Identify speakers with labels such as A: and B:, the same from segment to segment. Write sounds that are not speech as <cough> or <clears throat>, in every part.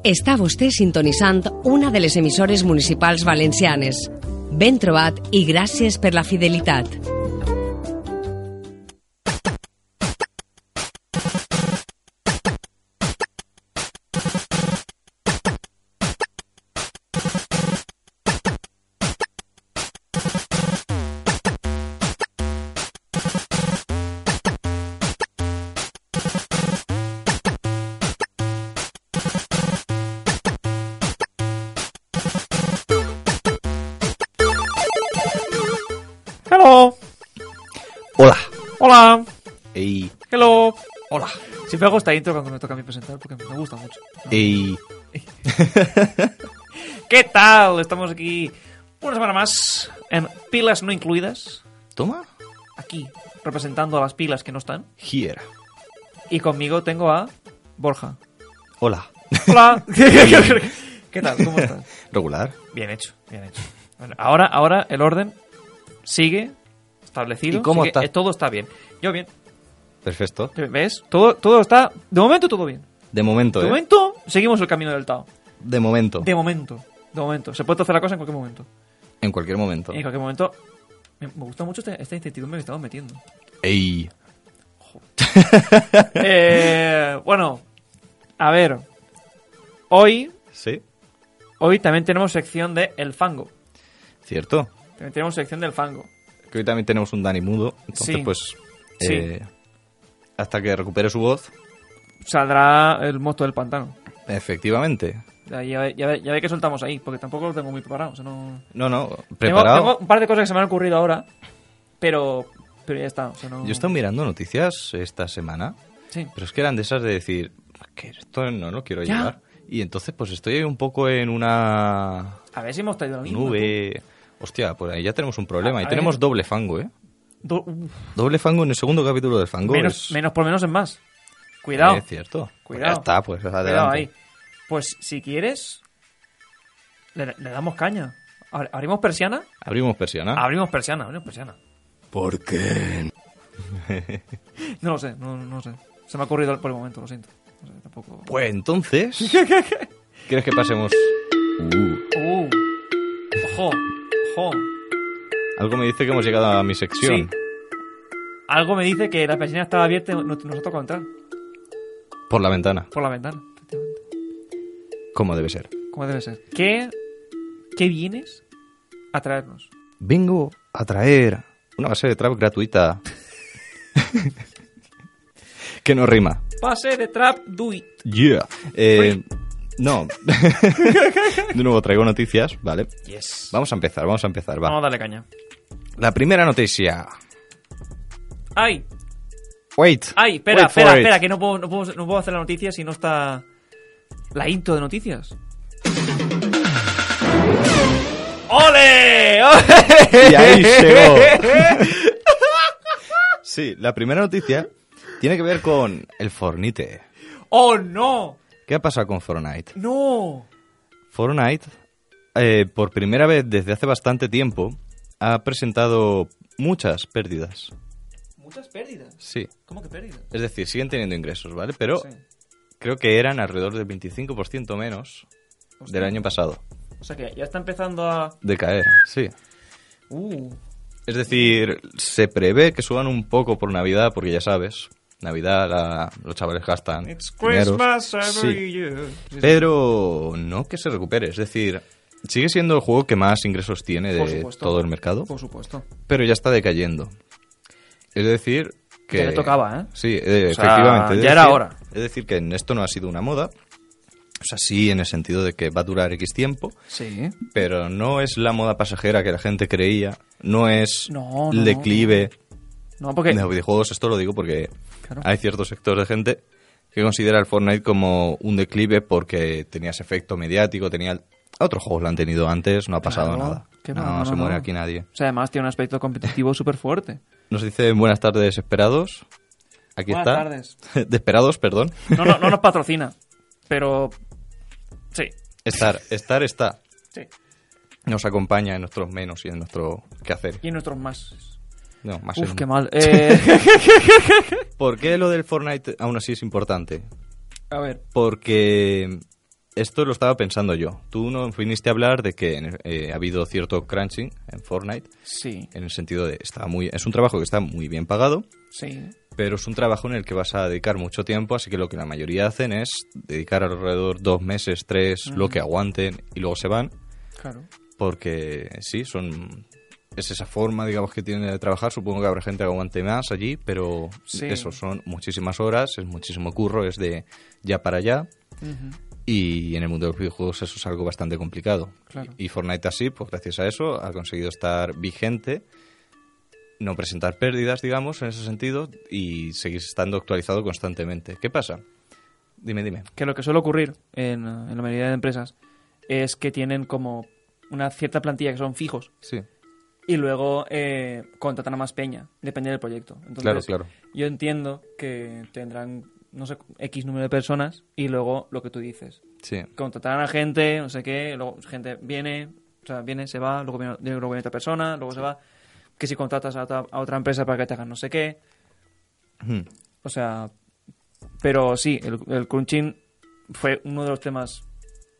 A: Està vostè sintonitzant una de les emissores municipals valencianes. Ben trobat i gràcies per la fidelitat.
B: Hello.
C: Hola.
B: Hola.
C: Ey.
B: Hello.
C: Hola.
B: Siempre hago esta intro cuando me toca a mí presentar porque me gusta mucho.
C: Ey.
B: ¿Qué tal? Estamos aquí una semana más en Pilas No Incluidas.
C: Toma.
B: Aquí, representando a las pilas que no están.
C: Here.
B: Y conmigo tengo a Borja.
C: Hola. <laughs>
B: <laughs> Hola. ¿Qué tal? ¿Cómo estás?
C: Regular.
B: Bien hecho, bien hecho. Bueno, ahora, ahora el orden sigue establecido.
C: ¿Y cómo
B: así que,
C: está?
B: eh, Todo está bien. Yo bien.
C: Perfecto.
B: ¿Ves? Todo, todo está... De momento todo bien.
C: De momento,
B: De
C: ¿eh?
B: momento seguimos el camino del Tao.
C: De momento.
B: De momento. De momento. Se puede hacer la cosa en cualquier momento.
C: En cualquier momento.
B: Y en cualquier momento. Me me gusta mucho este- esta incertidumbre que estamos metiendo. <laughs>
C: Ey.
B: Eh, bueno, a ver. Hoy,
C: Sí.
B: hoy también tenemos sección de El Fango.
C: Cierto.
B: También tenemos sección del Fango.
C: Que hoy también tenemos un Dani mudo. Entonces,
B: Sí.
C: pues.
B: Sí.
C: eh, hasta que recupere su voz.
B: Saldrá el mosto del pantano.
C: Efectivamente.
B: Ya, ya, ya, ve- ya ve que soltamos ahí, porque tampoco lo tengo muy preparado. o sea, no...
C: No, no.
B: tengo,
C: Preparado.
B: tengo un par de cosas que se me han ocurrido ahora, pero, pero ya está. o sea, no-
C: Yo he estado mirando noticias esta semana.
B: Sí.
C: Pero es que eran de esas de decir. Que esto no lo quiero
B: Ya.
C: llevar. Y entonces, pues estoy un poco en una.
B: A ver si hemos traído la misma.
C: Nube. Hostia, pues ahí ya tenemos un problema.
B: A-
C: y
B: a
C: tenemos
B: ver.
C: doble fango, ¿eh?
B: Do- uf.
C: Doble fango en el segundo capítulo del fango.
B: menos,
C: es,
B: menos por menos es más. Cuidado.
C: Es cierto. Pues
B: Cuidado.
C: ya está, pues adelante.
B: cuidado ahí. Pues si quieres, le, le damos caña. Ab- ¿Abrimos persiana?
C: Abrimos persiana.
B: Abrimos persiana, abrimos persiana.
C: ¿Ah? ¿Por qué?
B: <laughs> No lo sé, no, no sé. Se me ha ocurrido por el momento, lo siento. No sé, tampoco... <laughs>
C: Pues entonces. ¿Quieres que pasemos?
B: Uh. Ojo, ojo.
C: Algo me dice que hemos llegado a mi sección.
B: Sí. Algo me dice que la persiana estaba abierta y no- nos ha tocado entrar
C: Por la ventana.
B: por la ventana. efectivamente.
C: Como debe ser.
B: Como debe ser. ¿Qué, ¿Qué vienes a traernos?
C: Vengo a traer una base de trap gratuita. <laughs> que no rima.
B: Pase de Trap Dui.
C: Yeah. Eh, no. <laughs> de nuevo traigo noticias, ¿vale?
B: Yes.
C: Vamos a empezar, vamos a empezar,
B: Vamos
C: va.
B: a darle caña.
C: La primera noticia.
B: ¡Ay!
C: Wait.
B: Ay, espera,
C: wait for
B: espera,
C: it.
B: espera, que no puedo, no, puedo, no puedo hacer la noticia si no está la intro de noticias. ¡Ole!
C: <laughs> Y ahí
B: <laughs>
C: llegó. sí, la primera noticia tiene que ver con el Fornite.
B: ¡Oh, no!
C: ¿Qué ha pasado con Fortnite?
B: ¡No!
C: Fortnite, eh, por primera vez desde hace bastante tiempo, ha presentado muchas pérdidas.
B: Muchas pérdidas.
C: Sí.
B: ¿Cómo que pérdidas?
C: Es decir, siguen teniendo ingresos, ¿vale? Pero
B: Sí.
C: creo que eran alrededor del 25% menos del año pasado.
B: O sea que ya está empezando a...
C: De caer, sí.
B: Uh,
C: Es decir, se prevé que suban un poco por Navidad, porque ya sabes, Navidad la- los chavales gastan.
B: it's
C: dineros.
B: Christmas every
C: Sí.
B: year.
C: Pero no que se recupere, es decir, sigue siendo el juego que más ingresos tiene
B: Por
C: de
B: supuesto.
C: todo el mercado,
B: Por supuesto.
C: pero ya está decayendo. Es decir, que.
B: Ya le tocaba, ¿eh?
C: Sí, eh,
B: O sea,
C: efectivamente. Es
B: ya era
C: decir-
B: hora.
C: Es decir, que en esto no ha sido una moda. O sea, sí, en el sentido de que va a durar X tiempo,
B: Sí.
C: pero no es la moda pasajera que la gente creía, no es
B: No, no,
C: el declive
B: No, porque...
C: de los videojuegos, esto lo digo porque
B: Claro.
C: hay ciertos sectores de gente que considera el Fortnite como un declive porque tenía ese efecto mediático, tenía... el- Otros juegos lo han tenido antes, no ha pasado
B: Claro,
C: nada.
B: qué
C: no,
B: va,
C: se
B: no,
C: muere
B: no.
C: aquí nadie.
B: O sea, además tiene un aspecto competitivo <laughs> súper fuerte.
C: Nos dicen buenas tardes, desesperados. Aquí
B: Buenas
C: está.
B: tardes.
C: <laughs> Desesperados, perdón.
B: No, no, no nos patrocina, pero sí,
C: Estar, estar está.
B: sí.
C: Nos acompaña en nuestros menos y en nuestro quehacer.
B: Y nuestros más.
C: Ah, No, más
B: Uf,
C: en-
B: qué
C: <laughs>
B: mal. Eh,
C: ¿Por qué lo del Fortnite aún así es importante?
B: a ver,
C: Porque esto lo estaba pensando yo. Tú no viniste a hablar de que eh, ha habido cierto crunching en Fortnite,
B: sí,
C: en el sentido de está muy, es un trabajo que está muy bien pagado,
B: sí.
C: pero es un trabajo en el que vas a dedicar mucho tiempo, así que lo que la mayoría hacen es dedicar alrededor dos meses, tres, lo que aguanten y luego se van,
B: Claro.
C: porque sí, son es esa forma, digamos, que tienen de trabajar. Supongo que habrá gente que aguante más allí, pero
B: Sí.
C: eso son muchísimas horas, es muchísimo curro, es de ya para allá.
B: Ujú.
C: Y en el mundo de los videojuegos eso es algo bastante complicado.
B: Claro.
C: Y Fortnite así, pues gracias a eso, ha conseguido estar vigente, no presentar pérdidas, digamos, en ese sentido, y seguir estando actualizado constantemente. ¿Qué pasa? Dime, dime.
B: Que lo que suele ocurrir en, en la mayoría de empresas es que tienen como una cierta plantilla que son fijos
C: Sí,
B: y luego eh, contratan a más peña, depende del proyecto. Entonces,
C: claro, claro.
B: Yo entiendo que tendrán, no sé, X número de personas y luego lo que tú dices.
C: Sí,
B: Contratarán a gente, no sé qué, luego gente viene, o sea, viene, se va, luego viene, luego viene otra persona, luego se va. Que si contratas a otra, a otra empresa para que te hagan no sé qué.
C: Hmm.
B: O sea, pero sí, el, el crunching fue uno de los temas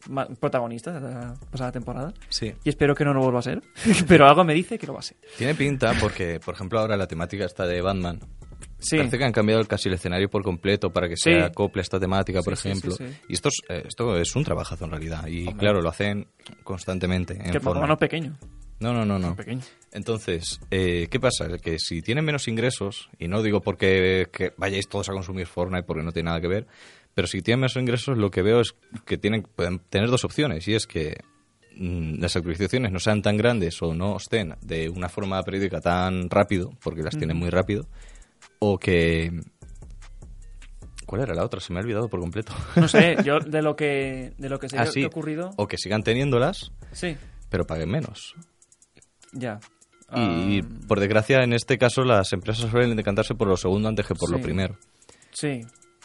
B: ma- protagonistas de la pasada temporada.
C: sí.
B: Y espero que no lo vuelva a ser. <laughs> pero algo me dice que lo va a ser.
C: Tiene pinta porque, por ejemplo, ahora la temática está de Batman.
B: Sí.
C: Parece que han cambiado casi el escenario por completo para que
B: Sí.
C: se acople a esta temática, por
B: Sí, sí,
C: ejemplo.
B: sí, sí.
C: Y esto es, eh, esto es un trabajazo en realidad. Y claro, lo hacen constantemente. En
B: Que el
C: Fortnite. Ah.
B: programa no es pequeño.
C: No, no, no, no.
B: Pequeño.
C: Entonces, eh, ¿qué pasa? Que si tienen menos ingresos, y no digo porque que vayáis todos a consumir Fortnite porque no tiene nada que ver, pero si tienen menos ingresos, lo que veo es que tienen, pueden tener dos opciones, y es que mm, las actualizaciones no sean tan grandes o no estén de una forma periódica tan rápido, porque las tienen muy rápido, o que... ¿Cuál era la otra? Se me ha olvidado por completo.
B: No sé, yo de lo que, de lo que se
C: <laughs> Ah,
B: que
C: sí.
B: ha ocurrido.
C: O que sigan teniéndolas,
B: Sí,
C: pero paguen menos.
B: ya.
C: Y
B: Ah,
C: por desgracia, en este caso, las empresas suelen decantarse por lo segundo antes que por lo
B: Sí.
C: primero.
B: sí,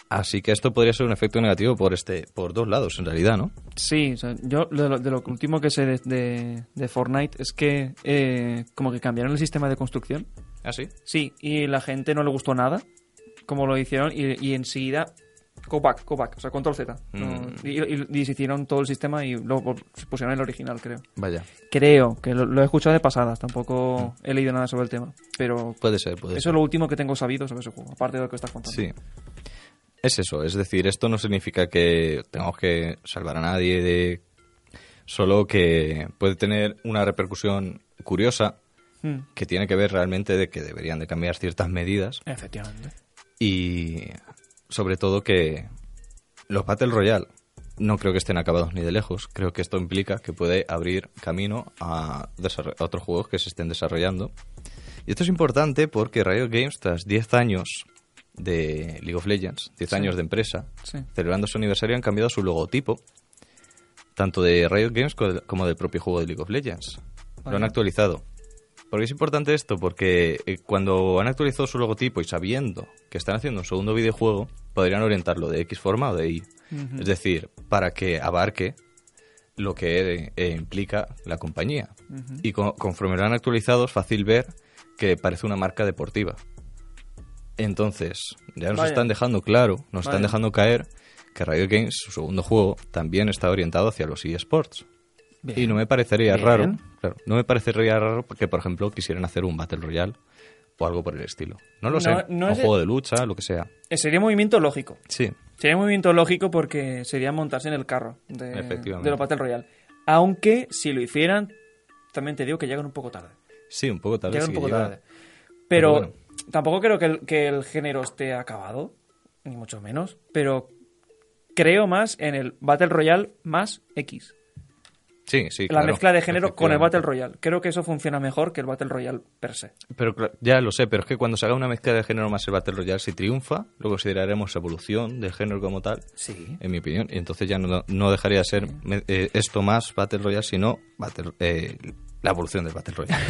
C: Así que esto podría ser un efecto negativo por este, por dos lados, en realidad, ¿no?
B: sí. o sea, yo de lo, de lo último que sé de, de- de Fortnite es que eh, como que cambiaron el sistema de construcción.
C: ¿Ah, sí?
B: Sí, y la gente no le gustó nada como lo hicieron y, y enseguida go back, go back, o sea, control Z. No,
C: Mm.
B: y, y- y se hicieron todo el sistema y luego se pusieron el original, creo.
C: Vaya.
B: Creo, que lo, lo he escuchado de pasadas, tampoco he leído nada sobre el tema. Pero
C: Puede ser, puede
B: eso es lo último que tengo sabido sobre ese juego, aparte de lo que estás contando.
C: ser. Sí. Es eso, es decir, esto no significa que tengamos que salvar a nadie de... Solo que puede tener una repercusión curiosa
B: Mm.
C: que tiene que ver realmente de que deberían de cambiar ciertas medidas
B: Efectivamente.
C: Y sobre todo que los Battle Royale no creo que estén acabados ni de lejos. Creo que esto implica que puede abrir camino a, desarro- a otros juegos que se estén desarrollando. Y esto es importante porque Riot Games, tras 10 años de League of Legends, 10
B: Sí.
C: años de empresa,
B: Sí.
C: celebrando su aniversario han cambiado su logotipo, tanto de Riot Games co- como del propio juego de League of Legends. Lo han
B: Vale.
C: actualizado. ¿Por qué es importante esto? Porque eh, cuando han actualizado su logotipo y sabiendo que están haciendo un segundo videojuego, podrían orientarlo de X forma o de Y. Es decir, para que abarque lo que eh, eh, implica la compañía. Y co- conforme lo han actualizado, es fácil ver que parece una marca deportiva. Entonces, ya nos
B: Vaya.
C: están dejando claro, nos están
B: Vaya.
C: dejando caer que Riot Games, su segundo juego, también está orientado hacia los eSports.
B: Bien.
C: Y no me parecería
B: Bien.
C: raro, claro, no me parecería raro que, por ejemplo, quisieran hacer un Battle Royale o algo por el estilo. No lo
B: No,
C: sé,
B: no
C: un
B: es-
C: juego de lucha, lo que sea.
B: Eh, Sería movimiento lógico.
C: Sí,
B: Sería movimiento lógico porque sería montarse en el carro de,
C: Efectivamente.
B: de los Battle Royale. Aunque si lo hicieran, también te digo que llegan un poco tarde.
C: sí, un poco tarde.
B: llegan
C: sí,
B: un poco
C: lleva-
B: tarde. Pero
C: Pero
B: tampoco creo que el, que el género esté acabado, ni mucho menos. Pero creo más en el Battle Royale más X.
C: Sí, sí.
B: la
C: claro,
B: mezcla de género con el
C: efectivamente.
B: Battle Royale. Creo que eso funciona mejor que el Battle Royale per se.
C: Pero cla- ya lo sé, pero es que cuando se haga una mezcla de género más el Battle Royale, si triunfa, lo consideraremos evolución del género como tal,
B: Sí.
C: en mi opinión. Y entonces ya no, no dejaría de ser me- eh, esto más Battle Royale, sino Battle- eh, la evolución del Battle Royale.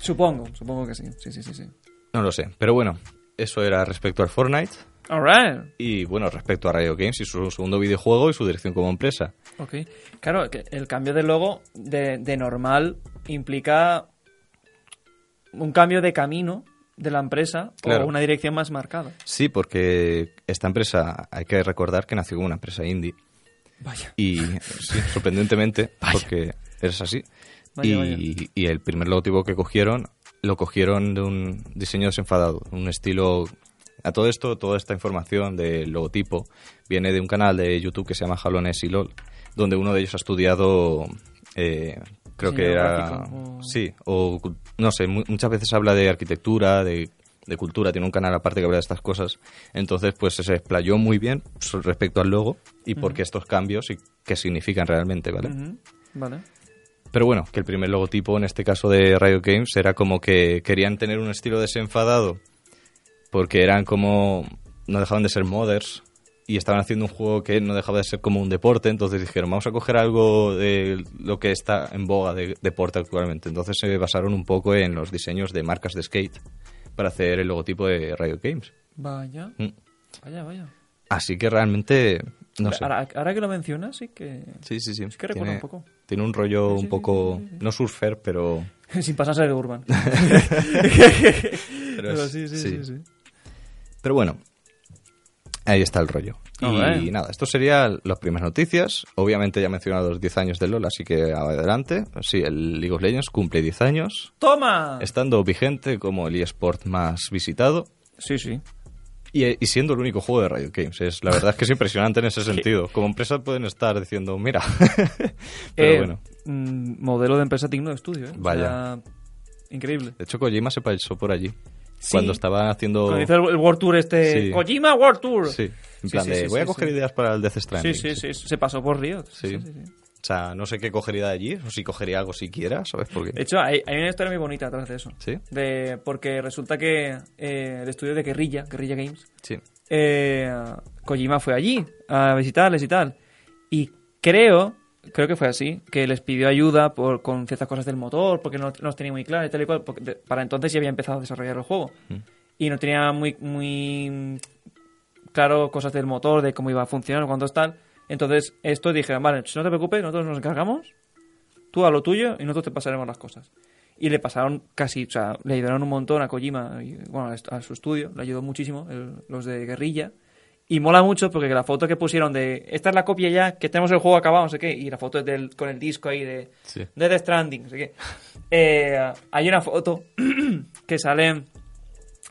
B: Supongo, supongo que sí. Sí, sí, sí, sí.
C: no lo sé. Pero bueno, eso era respecto al Fortnite.
B: All right.
C: Y bueno, respecto a Riot Games y su segundo videojuego y su dirección como empresa.
B: Ok. Claro, que el cambio de logo de, de normal implica un cambio de camino de la empresa
C: Claro.
B: o una dirección más marcada.
C: Sí, porque esta empresa, hay que recordar que nació como una empresa indie.
B: Vaya.
C: Y sí,
B: <laughs>
C: sorprendentemente, porque es así.
B: Vaya,
C: y,
B: vaya.
C: y el primer logotipo que cogieron, lo cogieron de un diseño desenfadado, un estilo... A todo esto, toda esta información del logotipo viene de un canal de YouTube que se llama Jalones y LOL, donde uno de ellos ha estudiado... eh, creo que
B: Diseño
C: era...
B: gráfico o-
C: Sí, o cu- no sé, mu- muchas veces habla de arquitectura, de, de cultura, tiene un canal aparte que habla de estas cosas. Entonces, pues se explayó muy bien so- respecto al logo y por qué estos cambios y qué significan realmente, ¿vale?
B: Ujú. Vale.
C: Pero bueno, que el primer logotipo en este caso de Riot Games era como que querían tener un estilo desenfadado porque eran como no dejaban de ser modders y estaban haciendo un juego que no dejaba de ser como un deporte, entonces dijeron, vamos a coger algo de lo que está en boga de deporte actualmente. Entonces se basaron un poco en los diseños de marcas de skate para hacer el logotipo de Riot Games.
B: Vaya.
C: Mm.
B: Vaya, vaya.
C: Así que realmente no sé.
B: Ahora, ahora que lo mencionas, sí que. <laughs>
C: Sí, sí, sí.
B: Es que recuerda un poco.
C: Tiene un rollo un poco no surfer, pero
B: Sin pasarse de Urban.
C: <laughs> Pero
B: Pero
C: es-
B: sí, sí,
C: sí.
B: sí. sí.
C: Pero bueno, ahí está el rollo. Y
B: Alright.
C: nada, esto serían las primeras noticias. Obviamente ya he mencionado los 10 años de LOL, así que adelante. Sí, el League of Legends cumple 10 años,
B: ¡Toma!
C: estando vigente como el eSport más visitado
B: Sí, sí.
C: y, eh, y siendo el único juego de Riot Games. Es, la verdad es que es impresionante
B: <laughs>
C: en ese sentido. Como empresa pueden estar diciendo, mira, <laughs> pero
B: Eh,
C: bueno.
B: mm, Modelo de empresa digno de estudio, ¿eh? O
C: Vaya.
B: sea, increíble.
C: De hecho, Kojima se pasó por allí.
B: Sí.
C: Cuando estaba haciendo...
B: Cuando hizo el, el World Tour este.
C: Sí.
B: Kojima World Tour.
C: Sí,
B: Sí,
C: en plan
B: sí,
C: de,
B: sí,
C: voy a
B: sí,
C: coger
B: sí.
C: ideas para el Death
B: Sí,
C: Stranding.
B: sí, sí, Se pasó por Riot.
C: Sí.
B: sí, sí.
C: O sea, no sé qué cogería de allí, o si cogería algo siquiera, ¿sabes? Porque...
B: De hecho, hay, hay una historia muy bonita atrás de eso.
C: ¿Sí?
B: De, porque resulta que eh, el estudio de Guerrilla, Guerrilla Games,
C: Sí.
B: eh, Kojima fue allí a visitarles y tal. Y creo, creo que fue así, que les pidió ayuda por, con ciertas cosas del motor, porque no, no las tenía muy claras y tal y cual. porque de- para entonces ya había empezado a desarrollar el juego.
C: Mm.
B: Y no tenía muy, muy claro cosas del motor, de cómo iba a funcionar, cuánto es tal. Entonces, esto dije, vale, si no te preocupes, nosotros nos encargamos, tú a lo tuyo y nosotros te pasaremos las cosas. Y le pasaron casi, o sea, le ayudaron un montón a Kojima, y, bueno, a est- a su estudio, le ayudó muchísimo, el- los de Guerrilla. Y mola mucho porque la foto que pusieron de, esta es la copia ya, que tenemos el juego acabado, no sé qué, y la foto es del, con el disco ahí de
C: Sí.
B: de Death Stranding, no sé qué. Eh, hay una foto <clears throat> que sale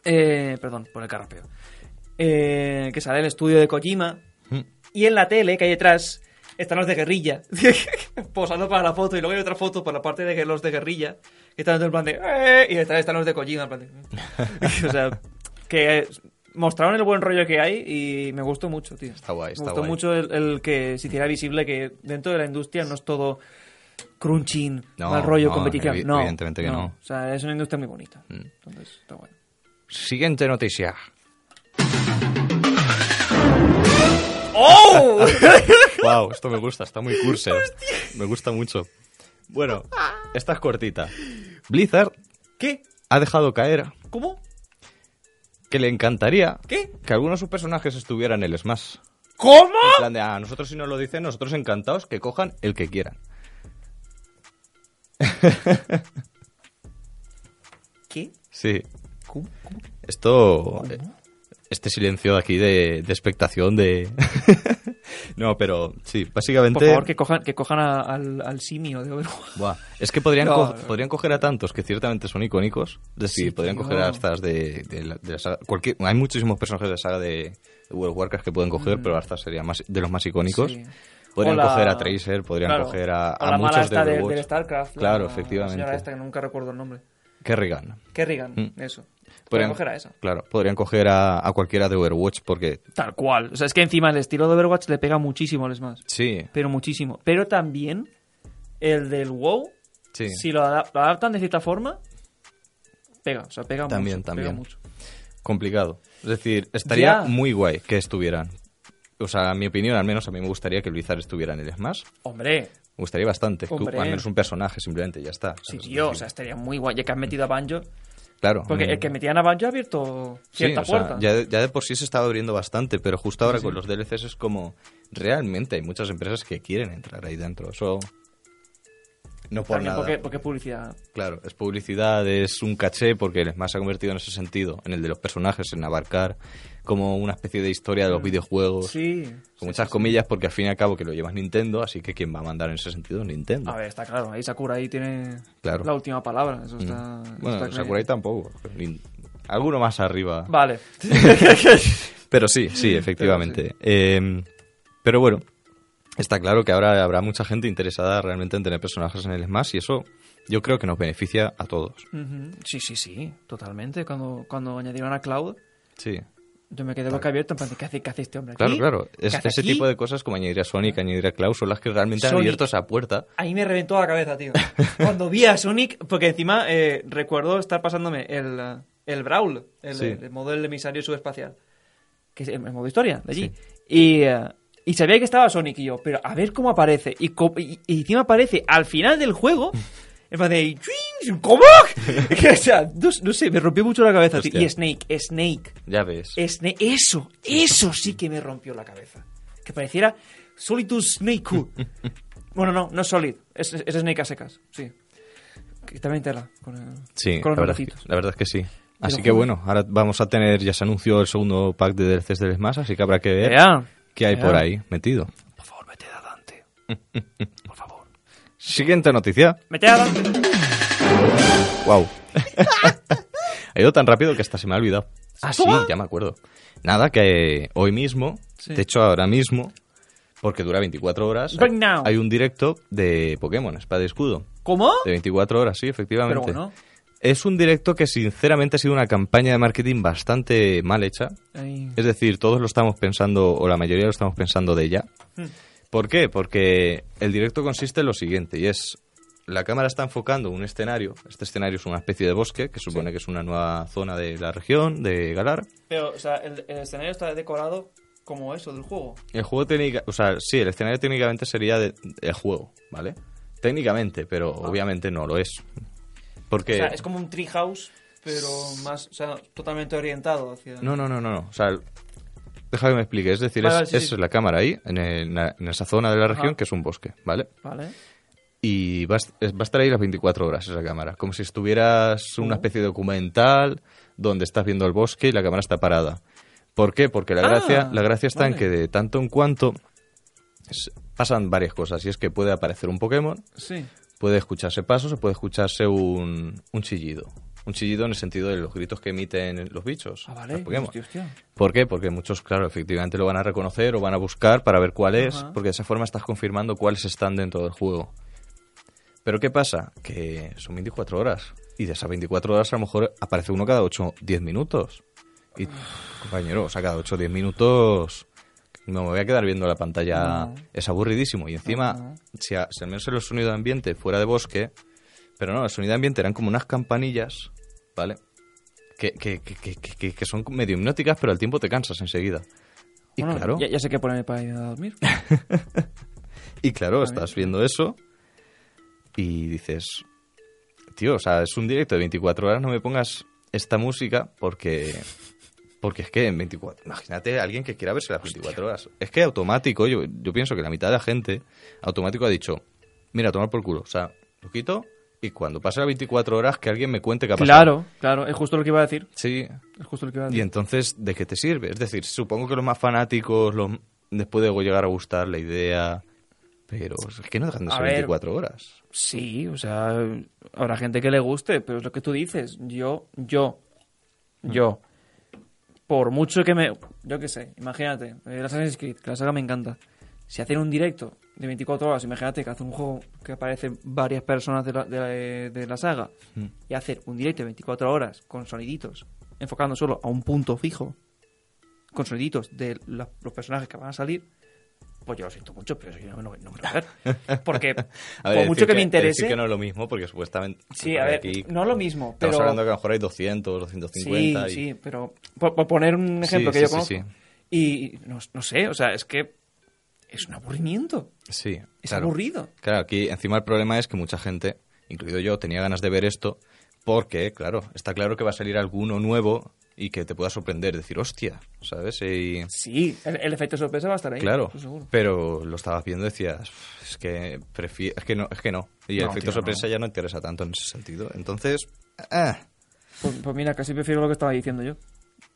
B: eh, perdón por el carraspeo. Eh, que sale el estudio de Kojima.
C: Mm.
B: Y en la tele que hay detrás están los de guerrilla. <laughs> posando para la foto. Y luego hay otra foto por la parte de los de guerrilla. Que están en plan de. "Eh", y detrás están los de Kojima. En plan de, <laughs> o sea, que mostraron el buen rollo que hay. Y me gustó mucho, tío.
C: Está guay, está
B: Me gustó
C: guay.
B: mucho el, el que se hiciera visible que dentro de la industria no es todo. Crunching,
C: No,
B: mal rollo,
C: no,
B: competición.
C: evi-
B: no,
C: evidentemente que no. Mm.
B: O sea, es una industria muy bonita. Entonces, está bueno.
C: Siguiente <laughs> noticia. <laughs>
B: ¡Oh!
C: Wow, esto me gusta, está muy cursi. Me gusta mucho. Bueno, esta es cortita. Blizzard
B: ¿Qué?
C: ha dejado caer
B: ¿Cómo?
C: que le encantaría
B: ¿Qué?
C: que alguno de sus personajes estuviera en el Smash.
B: ¿Cómo?
C: En plan de, "Ah, nosotros si nos lo dicen, nosotros encantados que cojan el que quieran.
B: ¿Qué?
C: Sí.
B: ¿Cómo?
C: Esto. Este silencio de aquí de, de expectación de. <laughs> no, pero sí, básicamente.
B: Por favor, que cojan, que cojan a- al, al simio de Overwatch.
C: Buah, Es que podrían,
B: No,
C: co-
B: no.
C: podrían coger a tantos que ciertamente son icónicos. Es decir,
B: Sí,
C: podrían
B: tío.
C: coger a estas de, de la, de la saga. Cualquier, hay muchísimos personajes de la saga de, de World of Warcraft que pueden coger, pero estas serían más, de los más icónicos.
B: Mm. Sí.
C: Podrían
B: O la-
C: coger a Tracer, podrían
B: Claro.
C: coger a,
B: O
C: a
B: la mala
C: muchos de
B: esta del-
C: Overwatch.
B: del StarCraft.
C: claro,
B: la
C: efectivamente.
B: señora esta que nunca recuerdo el nombre.
C: Kerrigan.
B: Kerrigan, eso. Voy a
C: Podrían-
B: coger a esa.
C: Claro, podrían coger a, a cualquiera de Overwatch porque
B: Tal cual. O sea, es que encima el estilo de Overwatch le pega muchísimo al Smash.
C: sí,
B: Pero muchísimo. Pero también el del WoW,
C: Sí.
B: si lo, ada- lo adaptan de cierta forma, pega, o sea, pega
C: También,
B: mucho.
C: también.
B: Pega mucho.
C: Complicado. Es decir, estaría
B: Ya.
C: muy guay que estuvieran. O sea, mi opinión, al menos a mí me gustaría que Blizzard estuviera en el Smash.
B: Hombre,
C: Me gustaría bastante. que-
B: Hombre.
C: al menos un personaje, simplemente, ya está.
B: sí,
C: ¿sabes?
B: tío, o sea, estaría muy guay. Ya que has metido a Banjo,
C: claro.
B: porque
C: mm.
B: el que metían a Banjo ha abierto
C: Sí,
B: cierta
C: o sea,
B: puerta.
C: ya, de- ya de por sí se estaba abriendo bastante, pero justo ahora con los DLCs es como. Realmente hay muchas empresas que quieren entrar ahí dentro. Eso. No por
B: También
C: nada.
B: porque, porque es publicidad.
C: Claro, es publicidad, es un caché, porque el Smash se ha convertido en ese sentido, en el de los personajes, en abarcar como una especie de historia de los videojuegos.
B: Mm. Sí.
C: Con muchas comillas, porque al fin y al cabo que lo llevas Nintendo, así que quien va a mandar en ese sentido es Nintendo.
B: A ver, está claro. Ahí Sakura ahí tiene
C: Claro. Mm.
B: la última palabra. Eso está. está
C: bueno,
B: claro.
C: Sakurai tampoco. Nin- Alguno más arriba.
B: Vale.
C: <laughs> Pero sí,
B: Mm,
C: sí, efectivamente. Eh, pero bueno, está claro que ahora habrá mucha gente interesada realmente en tener personajes en el Smash y eso yo creo que nos beneficia a todos.
B: Ujú. sí, sí, sí. Totalmente. Cuando, cuando añadieron a Cloud,
C: Sí.
B: yo me quedé boca abierta en plan, ¿qué hace, qué hace este hombre aquí?
C: Claro, claro.
B: ¿Qué
C: Es-
B: hace
C: ese
B: aquí?
C: tipo de cosas como añadir a Sonic, añadir a Klaus son las que realmente han
B: Sonic.
C: abierto esa puerta.
B: A mí me reventó la cabeza,
C: <laughs>
B: tío. Cuando vi a Sonic, porque encima eh, recuerdo estar pasándome el, eh, el Brawl, el,
C: Sí.
B: el modo del emisario subespacial, que es el, el modo historia de allí. Y, eh, y sabía que estaba Sonic y yo, pero a ver cómo aparece. Y, co- y- y encima aparece al final del
C: <laughs>
B: juego. En plan de. "Chuin, ¿Cómo? <laughs> Que, o sea, no, no sé, me rompió mucho la cabeza. tío.
C: Hostia.
B: Y Snake, Snake.
C: Ya ves.
B: Sna- eso, eso sí que me rompió la cabeza. Que pareciera Solidus
C: <laughs>
B: Snake. bueno, no, no es Solid. Es, es Snake a secas, sí. Que también tela. Con, el-
C: Sí,
B: con
C: la
B: los
C: verdad, es que-
B: bracitos.
C: la verdad es que sí. Así
B: lo
C: que
B: juro.
C: bueno, ahora vamos a tener, ya se anunció el segundo pack de DLCs del Smash, así que habrá que ver
B: Ea,
C: qué hay
B: ea.
C: por ahí metido.
B: Por favor, mete a Dante.
C: <laughs>
B: Por favor.
C: Siguiente noticia.
B: Mete a Dante. <laughs>
C: Wow. ha ido tan rápido que hasta se me ha olvidado. Ah, sí,
B: Toma.
C: ya me acuerdo. Nada, que hoy mismo,
B: Sí.
C: de hecho ahora mismo, porque dura 24 horas,
B: Right now.
C: hay un directo de Pokémon, Espada y Escudo.
B: ¿Cómo?
C: De 24 horas, sí, efectivamente.
B: Pero bueno.
C: Es un directo que sinceramente ha sido una campaña de marketing bastante mal hecha.
B: Ahí.
C: Es decir, todos lo estamos pensando, o la mayoría lo estamos pensando de ya.
B: Hmm.
C: ¿Por qué? Porque el directo consiste en lo siguiente, y es, la cámara está enfocando un escenario, este escenario es una especie de bosque, que supone que es una nueva zona de la región, de Galar.
B: Pero, o sea, el, el escenario está decorado como eso del juego.
C: El juego técnica, o sea, sí, el escenario técnicamente sería de- el juego, ¿vale? Técnicamente, pero obviamente no lo es. Porque...
B: Ah. O sea, es como un treehouse, pero más, o sea, totalmente orientado hacia.
C: No, no, no, no, no. O sea, deja que me explique. Es decir,
B: Vale,
C: es-
B: vale, sí,
C: esa
B: sí.
C: es la cámara ahí, en, el- en la- en esa zona de la región,
B: Ajá.
C: que es un bosque, ¿vale?
B: Vale.
C: Y va a, est- va a estar ahí las 24 horas esa cámara, como si estuvieras
B: Mm.
C: en una especie de documental donde estás viendo el bosque y la cámara está parada. ¿Por qué? Porque la
B: Ah,
C: gracia, la gracia está en
B: vale.
C: que de tanto en cuanto s- pasan varias cosas. Y es que puede aparecer un Pokémon,
B: Sí.
C: puede escucharse pasos o puede escucharse un, un chillido. Un chillido en el sentido de los gritos que emiten los bichos.
B: Ah, vale.
C: los Pokémon.
B: Hostia, hostia.
C: ¿Por qué? Porque muchos, claro, efectivamente lo van a reconocer o van a buscar para ver cuál es,
B: Ajá.
C: porque de esa forma estás confirmando cuáles están dentro del juego. Pero ¿qué pasa? Que son 24 horas. Y de esas 24 horas a lo mejor aparece uno cada 8 10 minutos. Y, compañero, o sea, cada 8 10 minutos no me voy a quedar viendo la pantalla.
B: No.
C: Es aburridísimo. Y encima, si, a- si al menos el sonido de ambiente fuera de bosque, pero no, el sonido de ambiente eran como unas campanillas, ¿vale? Que, que, que, que, que- que son medio hipnóticas, pero al tiempo te cansas enseguida. Y
B: Bueno,
C: claro,
B: Ya, ya sé qué ponerme para ir a dormir.
C: y claro, estás viendo eso y dices, tío, o sea, es un directo de 24 horas, no me pongas esta música porque porque es que en 24, imagínate a alguien que quiera verse las 24 horas. Es que automático, yo, yo pienso que la mitad de la gente automático ha dicho, mira, a tomar por culo, o sea, lo quito y cuando pase las 24 horas que alguien me cuente que ha pasado.
B: <laughs> Claro, claro, es justo lo que iba a decir.
C: Sí,
B: Es justo lo que iba a
C: y
B: decir.
C: entonces, ¿de qué te sirve? Es decir, supongo que los más fanáticos los, les puede llegar a gustar la idea, pero es que no dejan de
B: A
C: ser
B: ver.
C: 24 horas.
B: Sí, o sea, habrá gente que le guste, pero es lo que tú dices. Yo, yo, yo, por mucho que me. Yo qué sé, imagínate, eh, el Assassin's Creed, que la saga me encanta. Si hacen un directo de 24 horas, imagínate que hacen un juego que aparecen varias personas de la, de la, de la saga y hacer un directo de 24 horas con soniditos, enfocando solo a un punto fijo, con soniditos de la- los personajes que van a salir, pues yo lo siento mucho, pero yo no, no- no me lo voy a
C: <laughs>
B: ver. Porque,
C: A ver,
B: por mucho
C: decir
B: que, me
C: Decir
B: interese.
C: que no es lo mismo, porque supuestamente.
B: sí, a ver,
C: aquí
B: no lo mismo, pero.
C: Estamos hablando que a lo mejor hay 200, 250.
B: Sí,
C: y-
B: sí, pero por, por poner un
C: Sí,
B: ejemplo que
C: sí,
B: yo
C: sí,
B: conozco.
C: sí.
B: Y no, no sé, o sea, es que es un aburrimiento.
C: Sí,
B: Es
C: claro.
B: aburrido.
C: Claro, aquí encima el problema es que mucha gente, incluido yo, tenía ganas de ver esto porque, claro, está claro que va a salir alguno nuevo y que te pueda sorprender, decir, hostia, ¿sabes? Y,
B: Sí, el, el efecto sorpresa va a estar ahí.
C: claro,
B: eso seguro.
C: pero lo estabas viendo y decías, "Uf, es que, prefi- es que no, es que no. Y el
B: No,
C: efecto
B: tío,
C: sorpresa
B: no.
C: ya no interesa tanto en ese sentido. Entonces, ah,
B: Pues, pues mira, casi prefiero lo que estaba diciendo yo.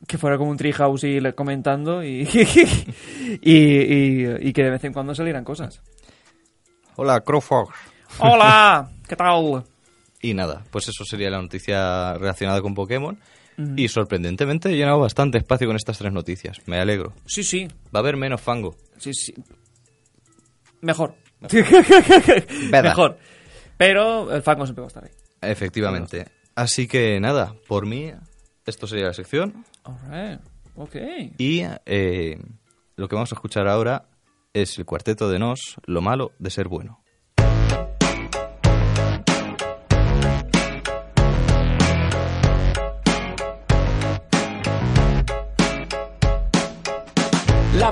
B: Que fuera como un treehouse y le- comentando y, <laughs> y, y- y que de vez en cuando salieran cosas.
C: hola, Crawford.
B: ¡Hola! ¿Qué tal?
C: Y nada, pues eso sería la noticia relacionada con Pokémon. Y sorprendentemente he llenado bastante espacio con estas tres noticias. Me alegro.
B: Sí, sí,
C: Va a haber menos fango.
B: sí, sí. Mejor. <laughs>
C: Verdad.
B: Mejor. Pero el fango siempre va a estar ahí.
C: Efectivamente. Así que nada, por mí, esto sería la sección.
B: Alright. Ok.
C: Y eh, lo que vamos a escuchar ahora es el cuarteto de Nos, lo malo de ser bueno.
D: La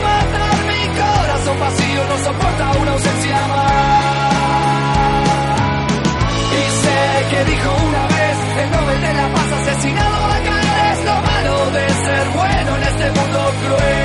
D: matar. Mi corazón vacío no soporta una ausencia más. Y sé que dijo una vez el Nobel de la Paz asesinado acá es lo malo de ser bueno en este mundo cruel.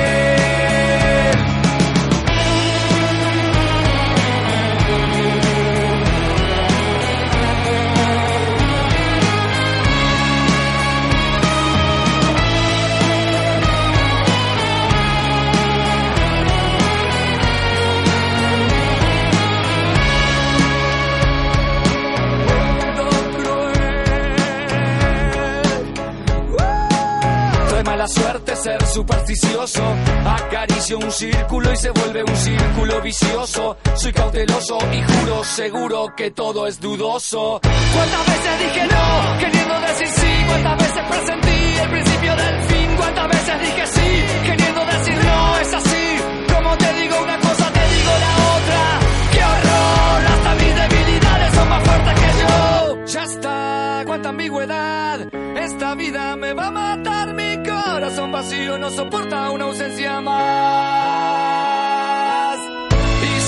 D: Trae mala suerte ser supersticioso. Acaricio un círculo y se vuelve un círculo vicioso. Soy cauteloso y juro seguro que todo es dudoso. ¿Cuántas veces dije no? Queriendo decir sí. ¿Cuántas veces presentí el principio del fin? ¿Cuántas veces dije sí? Queriendo decir no, es así. Como te digo una cosa, te digo la otra. ¡Qué horror! Hasta mis debilidades son más fuertes que yo. Ya está, cuánta ambigüedad. Esta vida me va a matar. Mi corazón vacío no soporta una ausencia más. Y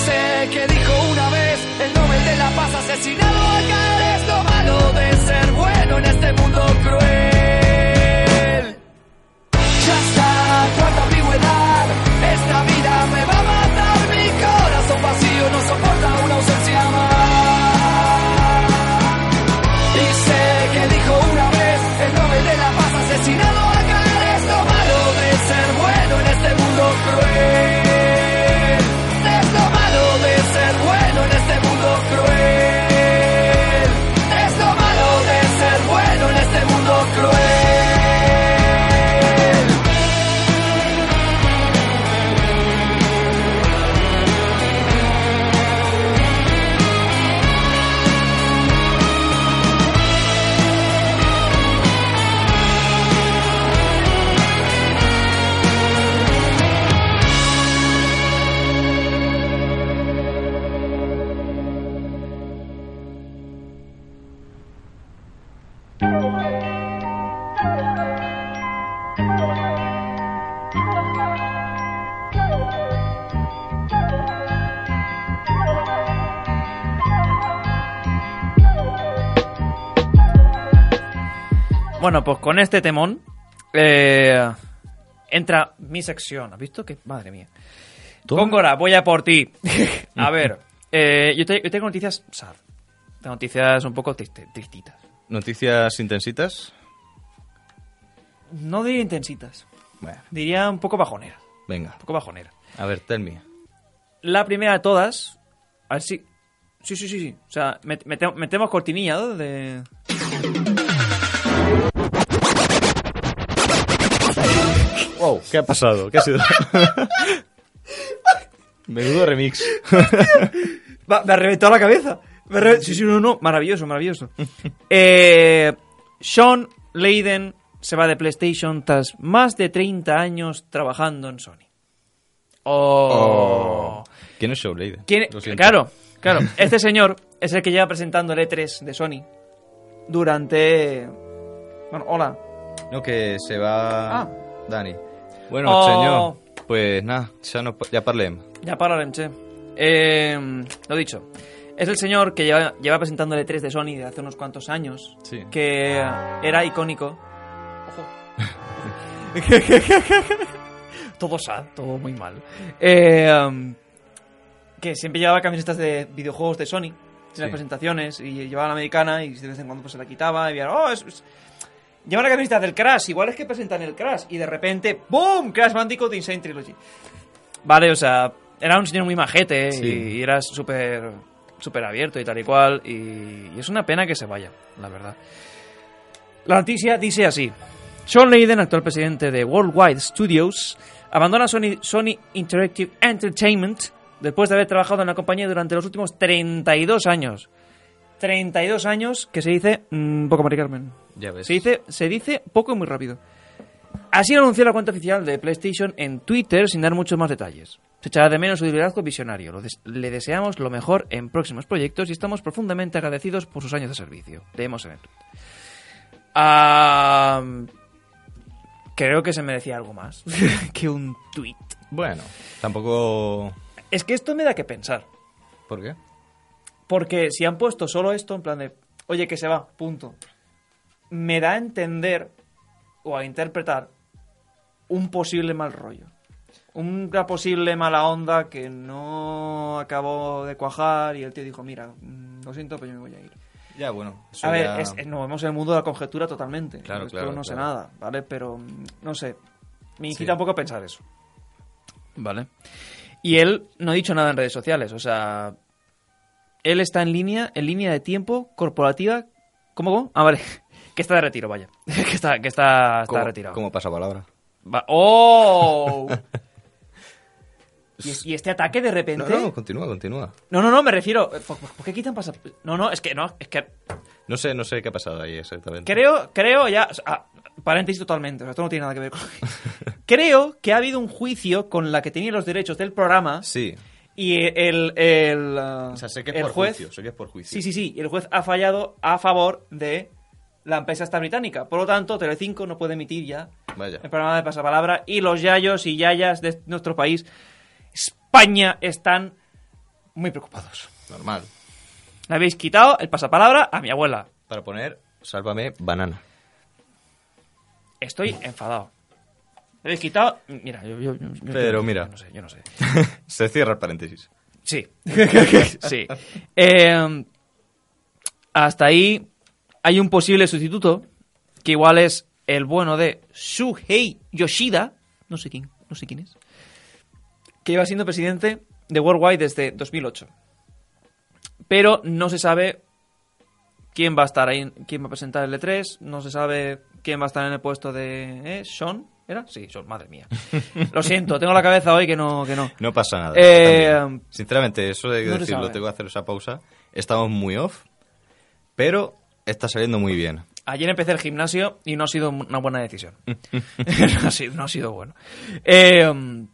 D: sé que dijo una vez el Nobel de la Paz asesinado acá es lo malo de ser bueno en este mundo cruel. Ya está, cuánta ambigüedad. Esta vida me va a matar. Mi corazón vacío no soporta una ausencia más. Y sé que dijo una vez el Nobel de la Paz asesinado acá es lo malo de ser bueno en este mundo cruel. Es lo malo de ser bueno en este mundo cruel.
B: Bueno, pues con este temón eh, entra mi sección. ¿Has visto que madre mía?
C: Toma.
B: Góngora, voy a por <laughs> ti. a ver, eh, yo, te- yo tengo noticias sad. Tengo noticias un poco triste- tristitas.
C: Noticias intensitas.
B: No diría intensitas,
C: Bueno,
B: diría un poco bajonera.
C: venga.
B: Un poco bajonera.
C: A ver, tell me.
B: La primera de todas. A ver si. Sí, sí, sí, sí. O sea, met- metem- metemos cortinilla ¿no? de.
C: Wow, ¿qué ha pasado? ¿Qué ha sido? <laughs> Menudo remix.
B: Va, me ha reventado la cabeza. Me ha reven- Sí, sí, no, no. Maravilloso, maravilloso. <laughs> eh, Sean Leiden se va de PlayStation tras más de 30 años trabajando en Sony. Oh.
C: ¿Quién es Show Leiden?
B: ¿Quién-
C: Lo siento.
B: Claro, claro. Este señor es el que lleva presentando el E3 de Sony durante. Bueno, hola.
C: No, que se va.
B: Ah.
C: Dani. Bueno,
B: Oh.
C: señor. Pues nada, ya, no, ya parlem.
B: Ya pararem, che. Eh, lo dicho. Es el señor que lleva, lleva presentando el E3 de Sony de hace unos cuantos años.
C: Sí.
B: Que era icónico. Ojo. <laughs> todo sad, todo muy mal. Eh, um, que siempre llevaba camisetas de videojuegos de Sony en
C: Sí.
B: las presentaciones y llevaba la americana y de vez en cuando pues, se la quitaba y veía, oh, es- es- lleva la camiseta del Crash, igual es que presentan el Crash y de repente, ¡boom! Crash Bandicoot Insane Trilogy. Vale, o sea, era un señor muy majete ¿eh?
C: Sí.
B: y, y era súper súper abierto y tal y cual y, y es una pena que se vaya, la verdad. La noticia dice así. Sean Leiden, actual presidente de Worldwide Studios, abandona Sony, Sony Interactive Entertainment después de haber trabajado en la compañía durante los últimos 32 años. 32 años que se dice... mm, poco, Mari Carmen.
C: Ya ves.
B: Se dice, se dice poco y muy rápido. Así lo anunció la cuenta oficial de PlayStation en Twitter sin dar muchos más detalles. Se echará de menos su liderazgo visionario. Lo des- le deseamos lo mejor en próximos proyectos y estamos profundamente agradecidos por sus años de servicio. Leemos en el Twitter. Ah, creo que se merecía algo más <laughs> que un tweet.
C: Bueno, tampoco.
B: Es que esto me da que pensar.
C: ¿Por qué?
B: Porque si han puesto solo esto, en plan de, oye, que se va, punto. Me da a entender o a interpretar un posible mal rollo. Una posible mala onda que no acabó de cuajar y el tío dijo, mira, mm, lo siento, pero yo me voy a ir.
C: Ya, bueno. eso
B: A
C: ya-
B: ver, es- es- nos vemos en el mundo de la conjetura totalmente.
C: Claro,
B: Esto
C: claro,
B: no sé
C: claro.
B: nada, ¿vale? Pero, mm, no sé, me
C: Sí.
B: incita un poco a pensar eso. Vale. Y él no ha dicho nada en redes sociales, o sea, él está en línea, en línea de tiempo corporativa. ¿Cómo? cómo? Ah, vale. <laughs> Que está de retiro, vaya. <laughs> Que está, que está, está
C: ¿Cómo-
B: retirado.
C: ¿Cómo pasa palabra?
B: Va-
C: <laughs>
B: ¡Oh! ¿Y, es- y este ataque de repente?
C: No, no, continúa, continúa.
B: no, no, no, me refiero. eh, ¿Por, por- por qué quitan pasa? No, no, es que no, es que
C: No sé, no sé qué ha pasado ahí exactamente.
B: creo, creo ya. o sea, ah, paréntesis totalmente, o sea, esto no tiene nada que ver con.
C: <laughs>
B: creo que ha habido un juicio con la que tenía los derechos del programa
C: Sí.
B: y el. el, ah,
C: O sea, sé que es
B: el
C: por
B: juez.
C: juicio, sé que es por juicio.
B: Sí, sí, sí. Y el juez ha fallado a favor de la empresa esta británica. Por lo tanto, Telecinco no puede emitir ya
C: Vaya.
B: el programa de Pasapalabra. Y los yayos y yayas de nuestro país, España, están muy preocupados.
C: Normal.
B: Le habéis quitado el Pasapalabra a mi abuela.
C: Para poner, sálvame, banana.
B: Estoy enfadado. Le habéis quitado... Mira, yo... yo- yo- yo-
C: Pero
B: yo-
C: mira.
B: Yo no sé, yo no sé.
C: Se cierra el paréntesis.
B: Sí. sí. Eh, hasta ahí hay un posible sustituto que igual es el bueno de Shuhei Yoshida, no sé quién, no sé quién es, que lleva siendo presidente de Worldwide desde 2008. Pero no se sabe quién va a estar ahí, quién va a presentar el E3, no se sabe quién va a estar en el puesto de ¿eh? Sean, ¿era? Sí, Sean, madre mía. Lo siento, tengo la cabeza hoy que no que no.
C: No pasa nada.
B: Eh,
C: también. Sinceramente, eso de
B: no se
C: decirlo,
B: sabe.
C: tengo que hacer esa pausa. Estamos muy off, pero está saliendo muy bien.
B: Ayer empecé el gimnasio y no ha sido una buena decisión.
C: Mm.
B: <laughs> no, ha sido, no ha sido bueno. Eh, mm,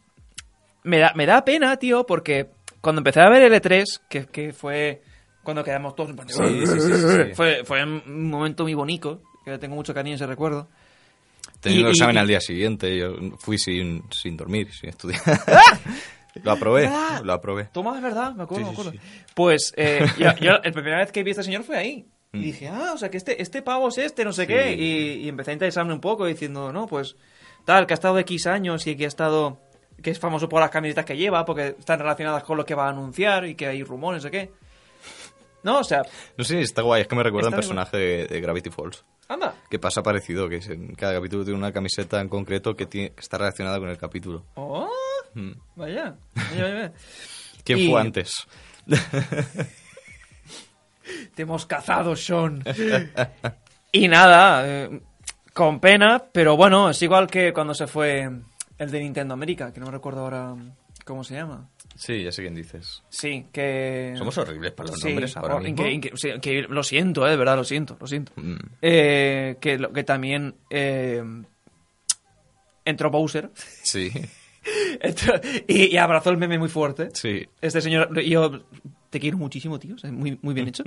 B: me, da, me da pena, tío, porque cuando empecé a ver el E3, que, que fue cuando quedamos todos... en plan de-
C: Sí, sí, sí, sí, sí.
B: Fue, fue un momento muy bonito. que le tengo mucho cariño a ese recuerdo.
C: Teniendo
B: Y-
C: el examen
B: y-
C: al día siguiente, yo fui sin, sin dormir, sin
B: <laughs>
C: estudiar. <laughs> lo aprobé,
B: ¿Verdad?
C: lo aprobé.
B: Toma, es verdad, me acuerdo,
C: Sí, sí,
B: me acuerdo. Pues eh,
C: <laughs>
B: yo, yo la primera vez que vi a este señor fue ahí.
C: Mm.
B: Y dije, ah, o sea, que este, este pavo es este, no sé qué. Y, y empecé a interesarme un poco diciendo, no, pues tal, que ha estado X años y que ha estado, que es famoso por las camisetas que lleva, porque están relacionadas con lo que va a anunciar y que hay rumores, no sé qué. No, o sea,
C: No sé, está guay, es que me recuerda a un
B: Está muy
C: personaje de, de Gravity Falls.
B: anda.
C: Que pasa parecido, que es en cada capítulo tiene una camiseta en concreto que, tiene- que está relacionada con el capítulo.
B: Oh,
C: Mm.
B: vaya, vaya, vaya.
C: ¿Quién
B: Y-
C: fue antes?
B: Te hemos cazado, Sean. y nada, eh, con pena, pero bueno, es igual que cuando se fue el de Nintendo América, que no me recuerdo ahora mm, cómo se llama.
C: Sí, ya sé quién dices.
B: Sí, que...
C: Somos horribles para los
B: Sí,
C: nombres ahora
B: oh,
C: mismo.
B: inque- inque- sí, que lo siento, eh, de verdad, lo siento, lo siento.
C: Mm.
B: Eh, que, lo- que también eh, entró Bowser <laughs>
C: Sí,
B: entró- y, y abrazó el meme muy fuerte.
C: sí.
B: Este señor, yo te quiero muchísimo, tío. o sea, muy, muy bien hecho.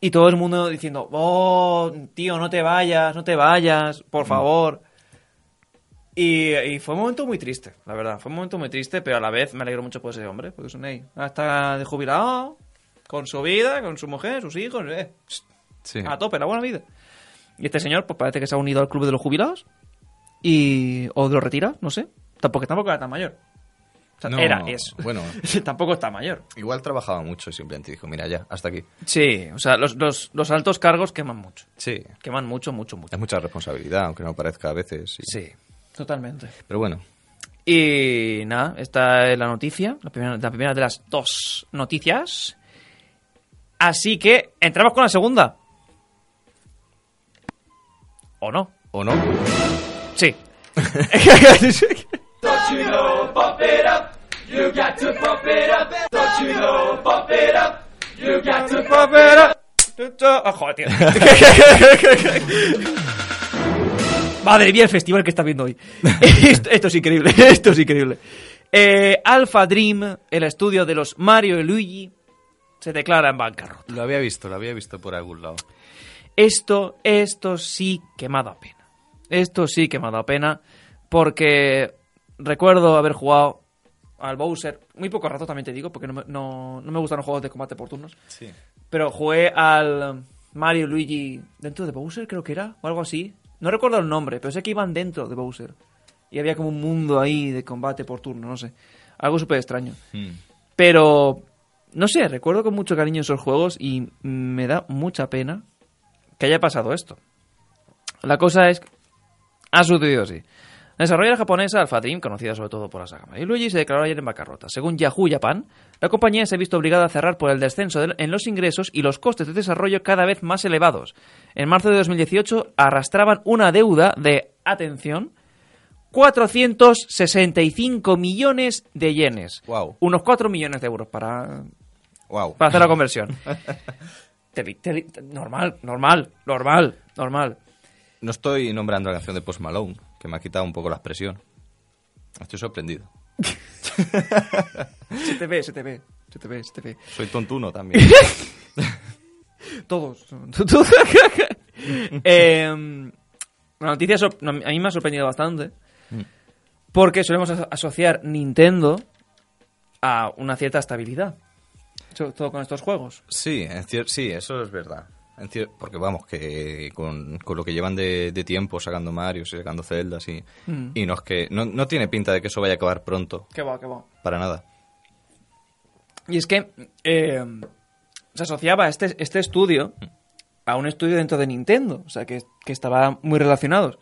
B: Y todo el mundo diciendo, oh, tío, no te vayas, no te vayas,
C: Mm.
B: por favor. Y, y fue un momento muy triste, la verdad. Fue un momento muy triste, pero a la vez me alegro mucho por ese hombre, porque es un ey. ahora Está de jubilado, con su vida, con su mujer, sus hijos, eh,
C: sí.
B: a tope, la buena vida. Y este señor, pues parece que se ha unido al club de los jubilados. Y, o de los retirados, no sé. Tampoco, tampoco era tan mayor. O sea,
C: No,
B: era, es.
C: Bueno,
B: <laughs> tampoco está mayor.
C: igual trabajaba mucho y simplemente dijo, mira, ya, hasta aquí.
B: Sí, o sea, los, los, los altos cargos queman mucho.
C: Sí.
B: Queman mucho, mucho, mucho.
C: Es mucha responsabilidad, aunque no parezca a veces. sí.
B: Sí, totalmente.
C: Pero bueno,
B: Y nada, esta es la noticia, la primera, la primera de las dos noticias. Así que entramos con la segunda. ¿O no?
C: o no.
B: <laughs> Sí. Ah, joder, tío. <laughs> Madre mía, el festival que está viendo hoy. <laughs> Esto, esto es increíble, <laughs> esto es increíble. Eh, Alpha Dream, el estudio de los Mario y Luigi, se declara en bancarrota.
C: Lo había visto, lo había visto por algún lado.
B: Esto, esto sí que me ha dado pena. Esto sí que me ha dado pena porque recuerdo haber jugado al Bowser, muy poco rato también te digo, porque no me, no- no me gustan los juegos de combate por turnos,
C: Sí.
B: pero jugué al Mario y Luigi dentro de Bowser creo que era, o algo así. No recuerdo el nombre, pero sé que iban dentro de Bowser. Y había como un mundo ahí de combate por turno, no sé. Algo súper extraño. Pero, no sé, recuerdo con mucho cariño esos juegos y me da mucha pena que haya pasado esto. La cosa es, ha sucedido así. La desarrolladora japonesa Alpha Dream, conocida sobre todo por la saga Mario y Luigi, se declaró ayer en bancarrota. Según Yahoo Japan, la compañía se ha visto obligada a cerrar por el descenso de- en los ingresos y los costes de desarrollo cada vez más elevados. En marzo de 2018 arrastraban una deuda de, atención, 465 millones de yenes.
C: Guau.
B: Unos 4 millones de euros para,
C: Wow.
B: para hacer la conversión. Te- te- te- normal, normal, normal, normal.
C: No estoy nombrando la canción de Post Malone, que me ha quitado un poco la expresión. Estoy sorprendido.
B: Se te ve, se te ve, se te ve, se te ve.
C: Soy tontuno
B: <laughs>
C: también.
B: Todos. Todos. <laughs> Em, la noticia sor- no, a mí me ha sorprendido bastante. Porque solemos aso- asociar Nintendo a una cierta estabilidad. Sobre todo con estos juegos.
C: sí, en cier- sí, eso es verdad. En cier- Porque vamos, que con, con lo que llevan de, de tiempo sacando Mario, sacando Zelda, sí. Y no es que. No, no tiene pinta de que eso vaya a acabar pronto,
B: Qué va, qué va.
C: para nada.
B: Y es que eh, se asociaba este, este estudio a un estudio dentro de Nintendo, o sea, que, que estaban muy relacionados.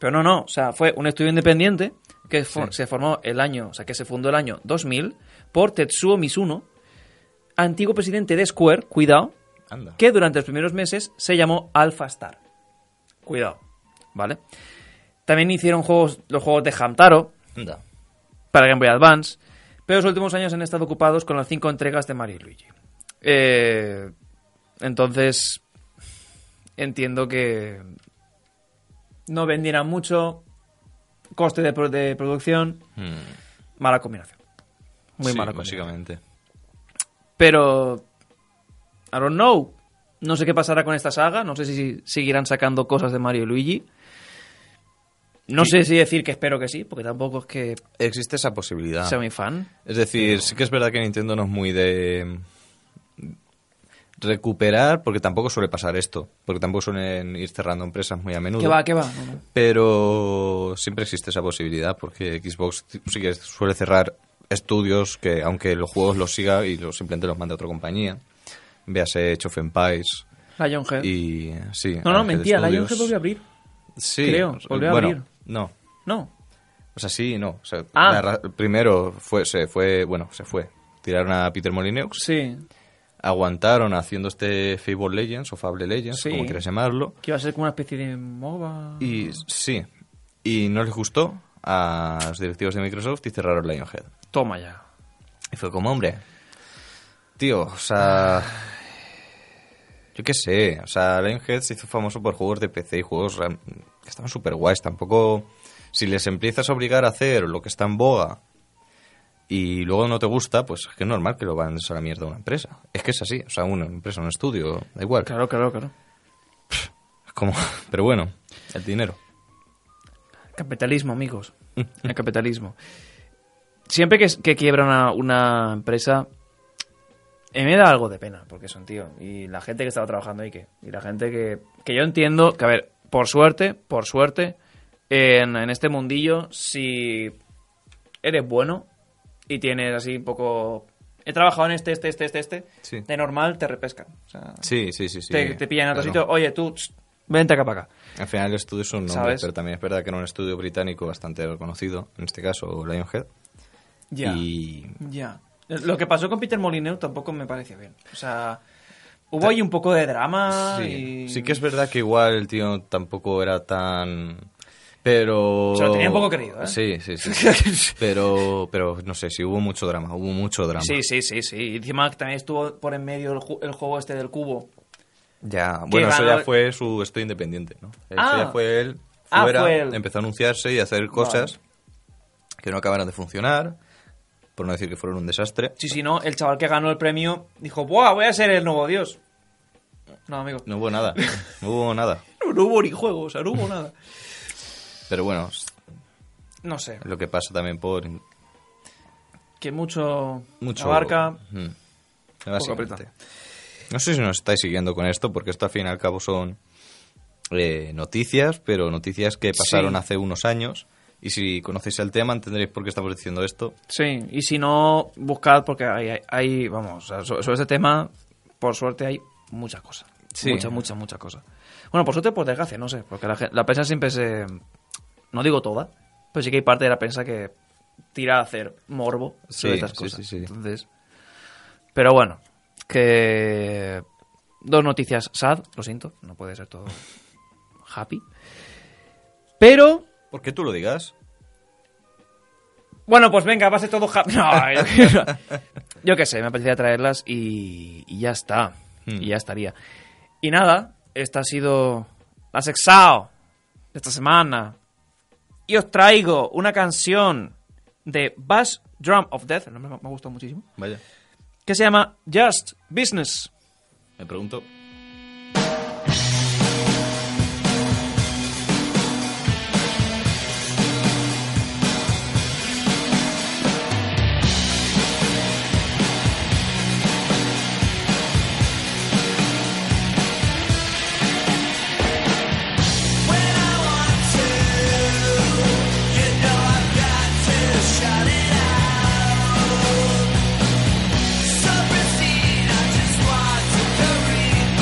B: Pero no, no, o sea, fue un estudio independiente que for- se formó el año, o sea, que se fundó el año 2000 por Tetsuo Misuno, antiguo presidente de Square, cuidado,
C: Anda.
B: que durante los primeros meses se llamó Alpha Star. Cuidado, ¿vale? También hicieron juegos, los juegos de Hamtaro,
C: Anda.
B: para Game Boy Advance, pero los últimos años han estado ocupados con las cinco entregas de Mario y Luigi. Eh, entonces, entiendo que no vendieran mucho, coste de, pro- de producción, mala combinación. Muy
C: Sí,
B: mala combinación.
C: básicamente.
B: Pero, I don't know. No sé qué pasará con esta saga, no sé si seguirán sacando cosas de Mario y Luigi. No sé si decir que espero que sí, porque tampoco es que
C: Existe esa posibilidad.
B: sea mi fan.
C: Es decir, sí que es verdad que Nintendo no es muy de recuperar, porque tampoco suele pasar esto, porque tampoco suelen ir cerrando empresas muy a menudo.
B: ¿Qué va, qué va? No, no.
C: Pero siempre existe esa posibilidad, porque Xbox t- sí que suele cerrar estudios que, aunque los juegos los siga y los, simplemente los manda a otra compañía, véase Age of Empires
B: Lionhead.
C: y sí.
B: Eh. No, no,
C: Ángel
B: mentira,
C: Studios.
B: Lionhead volvió a abrir.
C: Sí,
B: creo, volvió a
C: bueno,
B: abrir.
C: no,
B: No.
C: o sea, sí y no. O sea,
B: Ah.
C: la ra- primero fue, se fue, bueno, se fue. Tiraron a Peter Molyneux,
B: Sí.
C: aguantaron haciendo este Fable Legends o Fable Legends,
B: Sí.
C: como quieras llamarlo.
B: Que iba a ser como una especie de MOBA.
C: Y sí, y no les gustó a los directivos de Microsoft y cerraron Lionhead.
B: Toma ya.
C: Y fue como, hombre, tío, o sea... Yo qué sé, o sea, Lionhead se hizo famoso por juegos de PC y juegos ram- que estaban súper guays. Tampoco, si les empiezas a obligar a hacer lo que está en boga y luego no te gusta, pues es que es normal que lo van a la mierda a una empresa. Es que es así, o sea, una empresa, un estudio, da igual.
B: Claro, claro, claro.
C: Es como, <laughs> pero bueno, el dinero.
B: Capitalismo, amigos.
C: Mm.
B: El capitalismo. Siempre que, que quiebra una, una empresa, eh, me da algo de pena, porque son tío. Y la gente que estaba trabajando ahí, que. Y la gente que. Que yo entiendo que, a ver, por suerte, por suerte, en, en este mundillo, si eres bueno y tienes así un poco. He trabajado en este, este, este, este, este.
C: Sí.
B: De normal te repescan. O sea,
C: Sí, sí, sí, sí.
B: te, te pillan en otro
C: claro.
B: sitio. Oye, tú, tss, vente acá para acá.
C: Al final el estudio es un nombre,
B: ¿Sabes?
C: pero también es verdad que era un estudio británico bastante reconocido, en este caso Lionhead.
B: Ya.
C: Y
B: Ya. Lo que pasó con Peter Molineux tampoco me pareció bien. O sea, hubo ahí un poco de drama
C: sí,
B: y...
C: sí que es verdad que igual el tío tampoco era tan... Pero...
B: Se lo tenía un poco creído, ¿eh?
C: Sí,
B: <laughs>
C: sí, sí. pero, pero no sé, sí hubo mucho drama, hubo mucho drama.
B: Sí, sí, sí, sí. Y encima también estuvo por en medio el, ju- el juego este del cubo.
C: Ya, bueno, eso
B: ganó-
C: ya fue su esto independiente, ¿no?
B: Ah.
C: Eso ya fue él
B: Ah,
C: fuera,
B: fue él.
C: empezó a anunciarse y a hacer cosas que no acabaron de funcionar, por no decir que fueron un desastre.
B: Sí, sí, no, el chaval que ganó el premio dijo, ¡buah, voy a ser el nuevo dios! No, amigo.
C: No hubo nada, no hubo nada.
B: No, no hubo ni juego, o sea, no hubo nada.
C: Pero bueno, es
B: No sé,
C: lo que pasa también por
B: que mucho,
C: mucho...
B: abarca...
C: Mm. Básicamente.
B: aprieta.
C: No sé si nos estáis siguiendo con esto, porque esto al fin y al cabo son eh, noticias, pero noticias que pasaron
B: Sí.
C: hace unos años. Y si conocéis el tema, entenderéis por qué estamos diciendo esto.
B: Sí, y si no, buscad porque hay, hay- hay, vamos, o sea, so- sobre este tema, por suerte hay muchas cosas.
C: Sí.
B: Mucha, mucha, mucha cosa. Bueno, por suerte, por desgracia, no sé, porque la, gen- la prensa siempre se... No digo toda, pero sí que hay parte de la prensa que tira a hacer morbo sobre
C: Sí,
B: estas
C: sí,
B: cosas.
C: sí, sí.
B: Entonces, pero bueno, que... Dos noticias sad, lo siento, no puede ser todo happy. Pero
C: ¿Por qué tú lo digas?
B: bueno, pues venga, va a ser todo ja- No, yo, yo qué sé, me apetecía traerlas y, y ya está.
C: Hmm.
B: Y ya estaría. Y nada, esta ha sido la sexao de esta semana. Y os traigo una canción de Bass Drum of Death, el nombre me me ha gustado muchísimo,
C: Vaya,
B: que se llama Just Business.
C: me pregunto.
D: Just want to hurry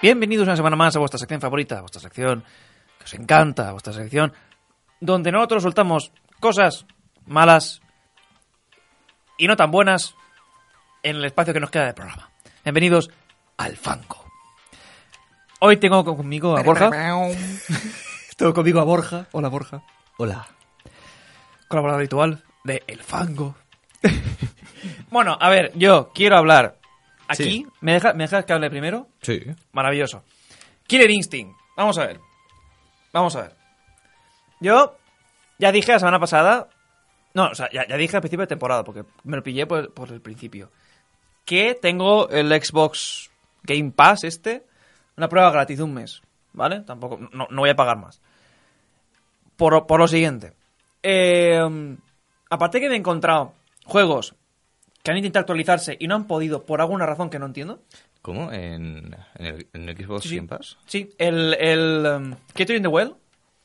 B: Bienvenidos una semana más a vuestra sección favorita, a vuestra sección que os encanta, a vuestra sección donde nosotros soltamos cosas malas y no tan buenas en el espacio que nos queda del programa. Bienvenidos al Fanco. Hoy tengo con- conmigo a
C: <laughs>
B: Borja. tengo conmigo a Borja. Hola, Borja.
C: Hola.
B: Colaborador habitual de El Fango. <laughs> bueno, a ver, yo quiero hablar aquí.
C: Sí.
B: ¿Me, deja- ¿Me dejas que hable primero?
C: Sí.
B: Maravilloso. Killer Instinct. Vamos a ver. Vamos a ver. Yo ya dije la semana pasada. No, o sea, ya, ya dije al principio de temporada, porque me lo pillé por, por el principio. Que tengo el Xbox Game Pass este. Una prueba gratis de un mes. ¿Vale? Tampoco. No, no voy a pagar más. Por, por lo siguiente. Eh, aparte que me he encontrado juegos que han intentado actualizarse y no han podido por alguna razón que no entiendo.
C: ¿Cómo? ¿En, en el, en el Xbox
B: Sí.
C: Game Pass?
B: Sí, el, el um, Catcher in the Well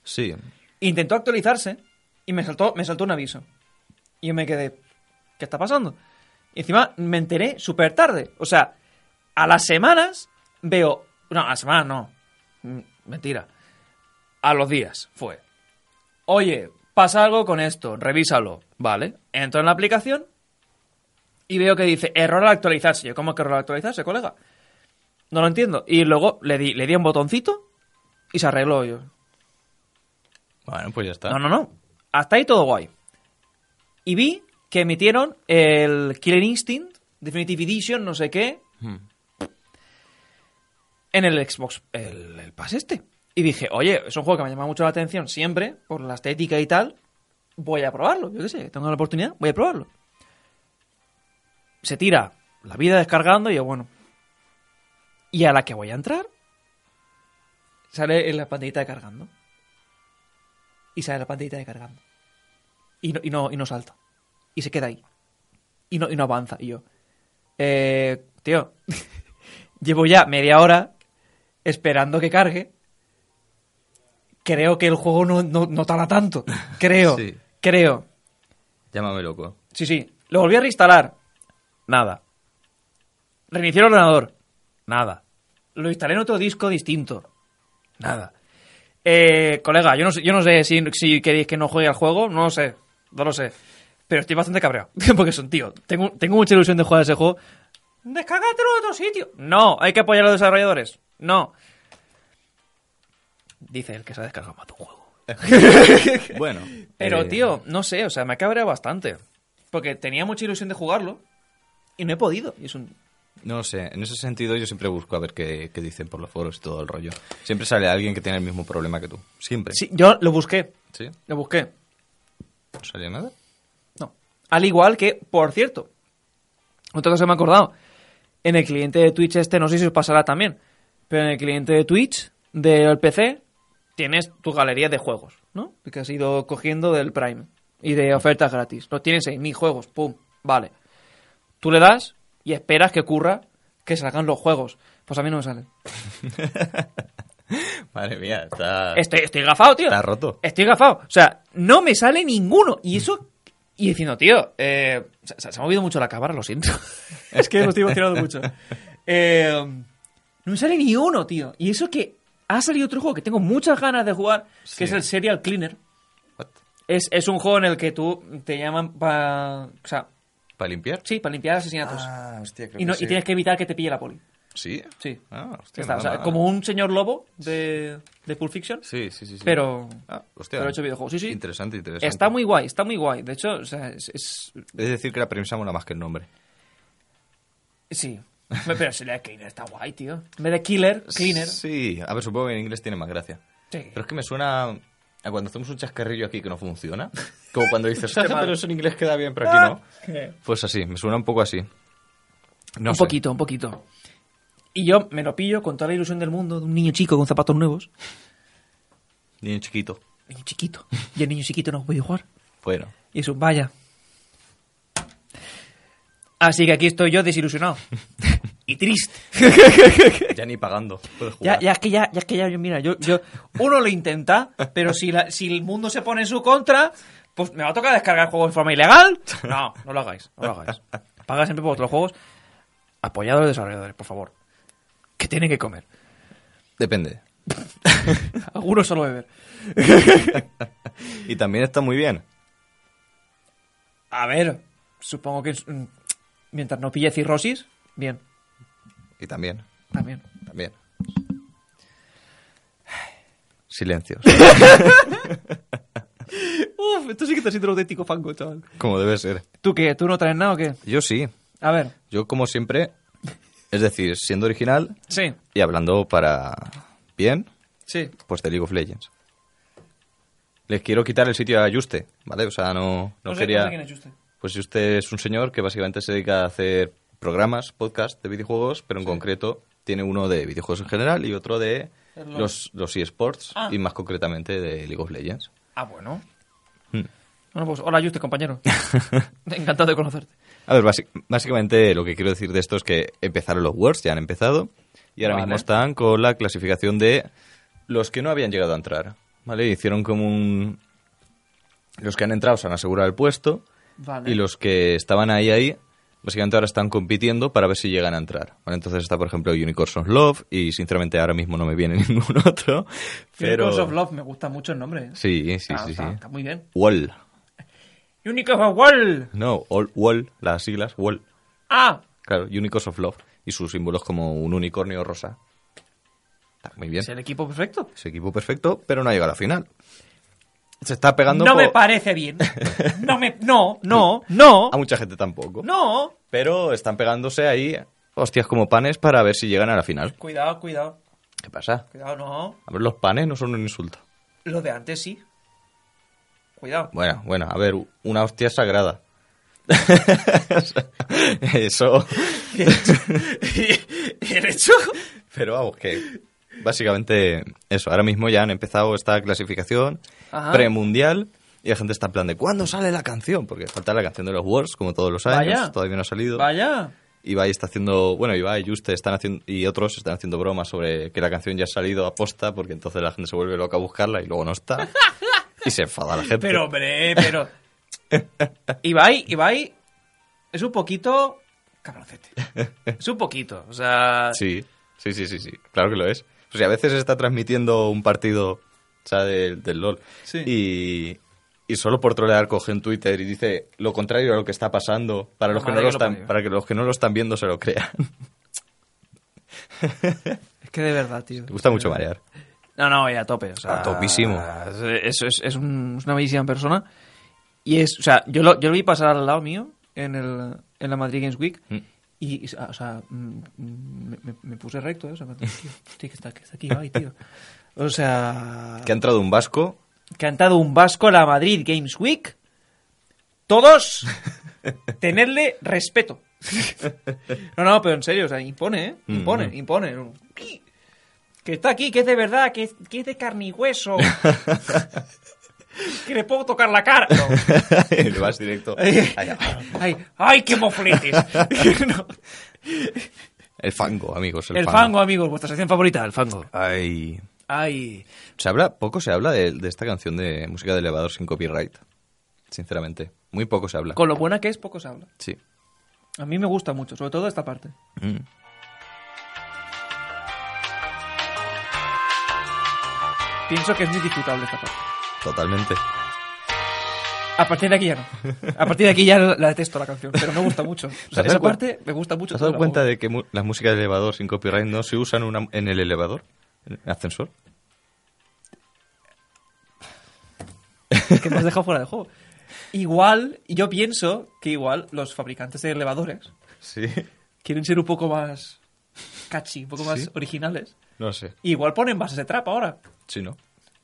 C: Sí.
B: intentó actualizarse y me saltó, me saltó un aviso. Y yo me quedé, ¿qué está pasando? Y encima me enteré súper tarde. O sea, a las semanas veo... No, a las semanas no. Mm, Mentira. A los días fue. Oye, pasa algo con esto, revísalo. Vale. Entro en la aplicación y veo que dice error al actualizarse. Yo, ¿cómo que error al actualizarse, colega? No lo entiendo. Y luego le di, le di a un botoncito y se arregló yo.
C: Bueno, pues ya está.
B: No, no, no. Hasta ahí todo guay. Y vi que emitieron el Killer Instinct Definitive Edition, no sé qué,
C: Hmm.
B: en el Xbox, el, el Pass este. Y dije, oye, es un juego que me llama mucho la atención siempre, por la estética y tal. Voy a probarlo, yo qué sé, tengo la oportunidad, voy a probarlo. Se tira la vida descargando y yo, bueno. Y a la que voy a entrar, sale en la pantallita de cargando. Y sale la pantallita de cargando. Y no, y no, y no salta. Y se queda ahí. Y no, y no avanza. Y yo, eh, tío, <laughs> llevo ya media hora esperando que cargue. Creo que el juego no, no, no tarda tanto. Creo.
C: Sí.
B: Creo. <laughs>
C: Llámame loco.
B: Sí, sí. Lo volví a reinstalar. Nada. Reinicié el ordenador. Nada. Lo instalé en otro disco distinto. Nada. Eh, colega, yo no sé, yo no sé si, si queréis que no juegue al juego. No lo sé. No lo sé. Pero estoy bastante cabreado. <laughs> Porque son, tío, tengo, tengo mucha ilusión de jugar a ese juego. Descárgatelo en otro sitio. No, hay que apoyar a los desarrolladores. No. Dice el que se ha descargado más de un juego.
C: Bueno.
B: Pero,
C: eh,
B: tío, no sé, o sea, me ha cabreado bastante. Porque tenía mucha ilusión de jugarlo y no he podido. Y es un...
C: No sé, en ese sentido yo siempre busco a ver qué, qué dicen por los foros y todo el rollo. Siempre sale alguien que tiene el mismo problema que tú. Siempre.
B: Sí, yo lo busqué,
C: ¿Sí?
B: lo busqué.
C: ¿No salió nada?
B: No. Al igual que, por cierto, otra cosa que me he acordado. En el cliente de Twitch este, no sé si os pasará también, pero en el cliente de Twitch del PC tienes tu galería de juegos, ¿no? Que has ido cogiendo del Prime y de ofertas gratis. Los tienes ahí, mis juegos, pum, vale. Tú le das y esperas que ocurra que salgan los juegos. Pues a mí no me salen.
C: Madre mía, está...
B: Estoy, estoy gafado, tío.
C: Está roto.
B: Estoy gafado. O sea, no me sale ninguno. Y eso. Y diciendo, tío, eh, se, se ha movido mucho la cámara, lo siento. <laughs> es que lo estoy emocionando mucho. Eh, no me sale ni uno, tío. Y eso que ha salido otro juego que tengo muchas ganas de jugar, que
C: Sí.
B: es el Serial Cleaner.
C: What?
B: Es, es un juego en el que tú te llaman para. O sea,
C: ¿Para limpiar?
B: sí, para limpiar asesinatos.
C: Ah, hostia, creo
B: y, no, y tienes que evitar que te pille la poli.
C: ¿Sí?
B: Sí.
C: Ah,
B: Ya
C: hostia,
B: está, o
C: nada
B: sea,
C: mal.
B: como un señor lobo de, de Pulp Fiction.
C: Sí, sí, sí. sí.
B: Pero.
C: Ah, hostia.
B: pero hecho videojuegos. Sí, sí.
C: Interesante, interesante.
B: Está muy guay, está muy guay. De hecho, o sea, es, es-
C: Es decir, que la premisa mola más que el nombre.
B: Sí. Pero Serial Cleaner está guay, tío. En vez de Killer, Cleaner.
C: Sí, a ver, supongo que en inglés tiene más gracia.
B: Sí.
C: Pero es que me suena a cuando hacemos un chascarrillo aquí que no funciona. Como cuando dices, "Ah,
B: mal".
C: <laughs> pero eso en inglés queda bien, pero aquí no. Pues así, me suena un poco así. No
B: un
C: sé.
B: poquito, un poquito. Y yo me lo pillo con toda la ilusión del mundo de un niño chico con zapatos nuevos.
C: Niño chiquito.
B: Niño chiquito. Y el niño chiquito no puede jugar.
C: Bueno.
B: Y eso, vaya. Así que aquí estoy yo
C: <laughs>
B: desilusionado. y triste.
C: Ya ni pagando. Puedes
B: Ya,
C: jugar.
B: ya es que ya, ya es que ya, yo- mira, yo, yo, uno lo intenta, pero si, la- si el mundo se pone en su contra, pues me va a tocar descargar el juego de forma ilegal. No, no lo hagáis, no lo hagáis. Paga siempre por otros juegos. Apoyad a los desarrolladores, por favor. Que tienen que comer.
C: Depende.
B: Algunos solo beber.
C: Y también está muy bien.
B: A ver, supongo que es- mm, mientras no pille cirrosis, bien,
C: Y también,
B: también.
C: también. Silencios.
B: Uf, esto sí que está siendo auténtico fango, chaval.
C: <laughs> Como debe ser.
B: ¿Tú qué? ¿Tú no traes nada o qué?
C: Yo sí.
B: A ver,
C: Yo, como siempre, es decir, siendo original
B: sí,
C: y hablando para bien,
B: sí.
C: pues de League of Legends. Les quiero quitar el sitio a Juste, ¿vale? O sea, no, no,
B: No sé-
C: quería...
B: no sé quién es Juste.
C: Pues Juste es un señor que básicamente se dedica a hacer programas, podcast de videojuegos, pero en concreto tiene uno de videojuegos en general y otro de
B: El LOL.
C: los, los eSports
B: Ah.
C: y más concretamente de League of Legends.
B: Ah, bueno.
C: Hmm.
B: Bueno, pues hola, Juste,
C: <laughs>
B: compañero. Encantado de conocerte.
C: A ver, basi- básicamente lo que quiero decir de esto es que empezaron los Worlds, ya han empezado, y ahora
B: Vale.
C: mismo están con la clasificación de los que no habían llegado a entrar, ¿vale? Hicieron como un... Los que han entrado se han asegurado el puesto,
B: Vale.
C: y los que estaban ahí, ahí, básicamente ahora están compitiendo para ver si llegan a entrar, ¿vale? Entonces está, por ejemplo, Unicorns of Love, y sinceramente ahora mismo no me viene <laughs> ningún otro, pero...
B: Unicorns of Love, me gusta mucho el nombre. ¿eh?
C: Sí, sí,
B: Ah,
C: sí, sí.
B: Está, está muy bien.
C: Wall.
B: Unicorns of Wall.
C: No, all- Wall, las siglas, Wall.
B: Ah,
C: Claro, Unicorns of Love. Y sus símbolos como un unicornio rosa. Está muy bien.
B: es el equipo perfecto.
C: Ese equipo perfecto, pero no ha llegado a la final. Se está pegando
B: no
C: por-
B: me parece
C: <laughs>
B: bien. No me. No, no, no.
C: a mucha gente tampoco.
B: No.
C: Pero están pegándose ahí hostias como panes para ver si llegan a la final.
B: Cuidado, cuidado.
C: ¿Qué pasa?
B: Cuidado, no.
C: A ver, los panes no son un insulto.
B: Lo de antes sí. Cuidado. <laughs>
C: Bueno, bueno, a ver, una hostia sagrada. <laughs> Eso.
B: ¿El
C: <laughs>
B: hecho?
C: Pero vamos, que básicamente eso, ahora mismo ya han empezado esta clasificación
B: Ajá.
C: premundial y la gente está en plan de ¿cuándo sale la canción? Porque falta la canción de los Worlds, como todos los años,
B: Vaya.
C: todavía no ha salido.
B: Vaya. Ibai
C: Ibai está haciendo, bueno, Ibai y usted están haciendo, y otros están haciendo bromas sobre que la canción ya ha salido a posta porque entonces la gente se vuelve loca a buscarla y luego no
B: <laughs>
C: está. y se enfada la gente.
B: Pero, hombre, <laughs> pero. Ibai, Ibai es un poquito. Cabroncete. Es un poquito. O sea.
C: Sí, sí, sí, sí, sí. Claro que lo es. O sea, a veces se está transmitiendo un partido o sea, del, del LOL
B: Sí.
C: y, y solo por trolear coge en Twitter y dice lo contrario a lo que está pasando para los, que no
B: Madre
C: lo
B: que lo
C: están,
B: parió.
C: para que los que no lo están viendo se lo crean. <laughs>
B: Es que de verdad, tío.
C: Me gusta mucho marear.
B: No, no, ya a tope. O sea,
C: A topísimo.
B: Es, es, es un- es una bellísima persona. Y es, o sea, yo lo, yo lo vi pasar al lado mío en, el, en la Madrid Games Week.
C: Mm.
B: Y, y, o sea, mm, mm, me, me- me puse recto, ¿eh? O sea, cuando, tío, tío, que está, que está aquí, ay, tío. O sea.
C: <laughs> Que ha entrado un vasco.
B: cantado un vasco a la Madrid Games Week. <laughs> Todos, tenedle respeto. No, no, pero en serio, o sea, impone, ¿eh? Impone,
C: Mm.
B: impone. Que está aquí, que es de verdad, que es, que es de carne y <laughs> hueso. que le puedo tocar la cara. No.
C: y le vas directo. allá.
B: Ay, ay, qué <laughs> mofletes. No.
C: El fango, amigos. El,
B: El fango, amigos, vuestra sección favorita, el fango.
C: Ay.
B: Ay,
C: Se habla, poco se habla de, de esta canción de música de elevador sin copyright. Sinceramente. Muy poco se habla.
B: con lo buena que es, poco se habla.
C: Sí.
B: A mí me gusta mucho, sobre todo esta parte.
C: Mm.
B: Pienso que es muy disfrutable esta parte.
C: Totalmente.
B: A partir de aquí ya no. A partir de aquí ya la detesto la canción, pero me gusta
C: <laughs>
B: mucho. O
C: ¿Te
B: sea,
C: has
B: esa
C: dado cuen-
B: parte me gusta mucho.
C: ¿Te has dado
B: toda la
C: cuenta
B: obra.
C: de que mu- las músicas de elevador sin copyright no se usan una- en el elevador? ¿En el ascensor?
B: que me has dejado fuera de juego? Igual, yo pienso que igual los fabricantes de elevadores
C: Sí.
B: quieren ser un poco más catchy, un poco más
C: Sí.
B: originales.
C: No sé.
B: Y igual ponen bases de trap ahora.
C: Sí, no.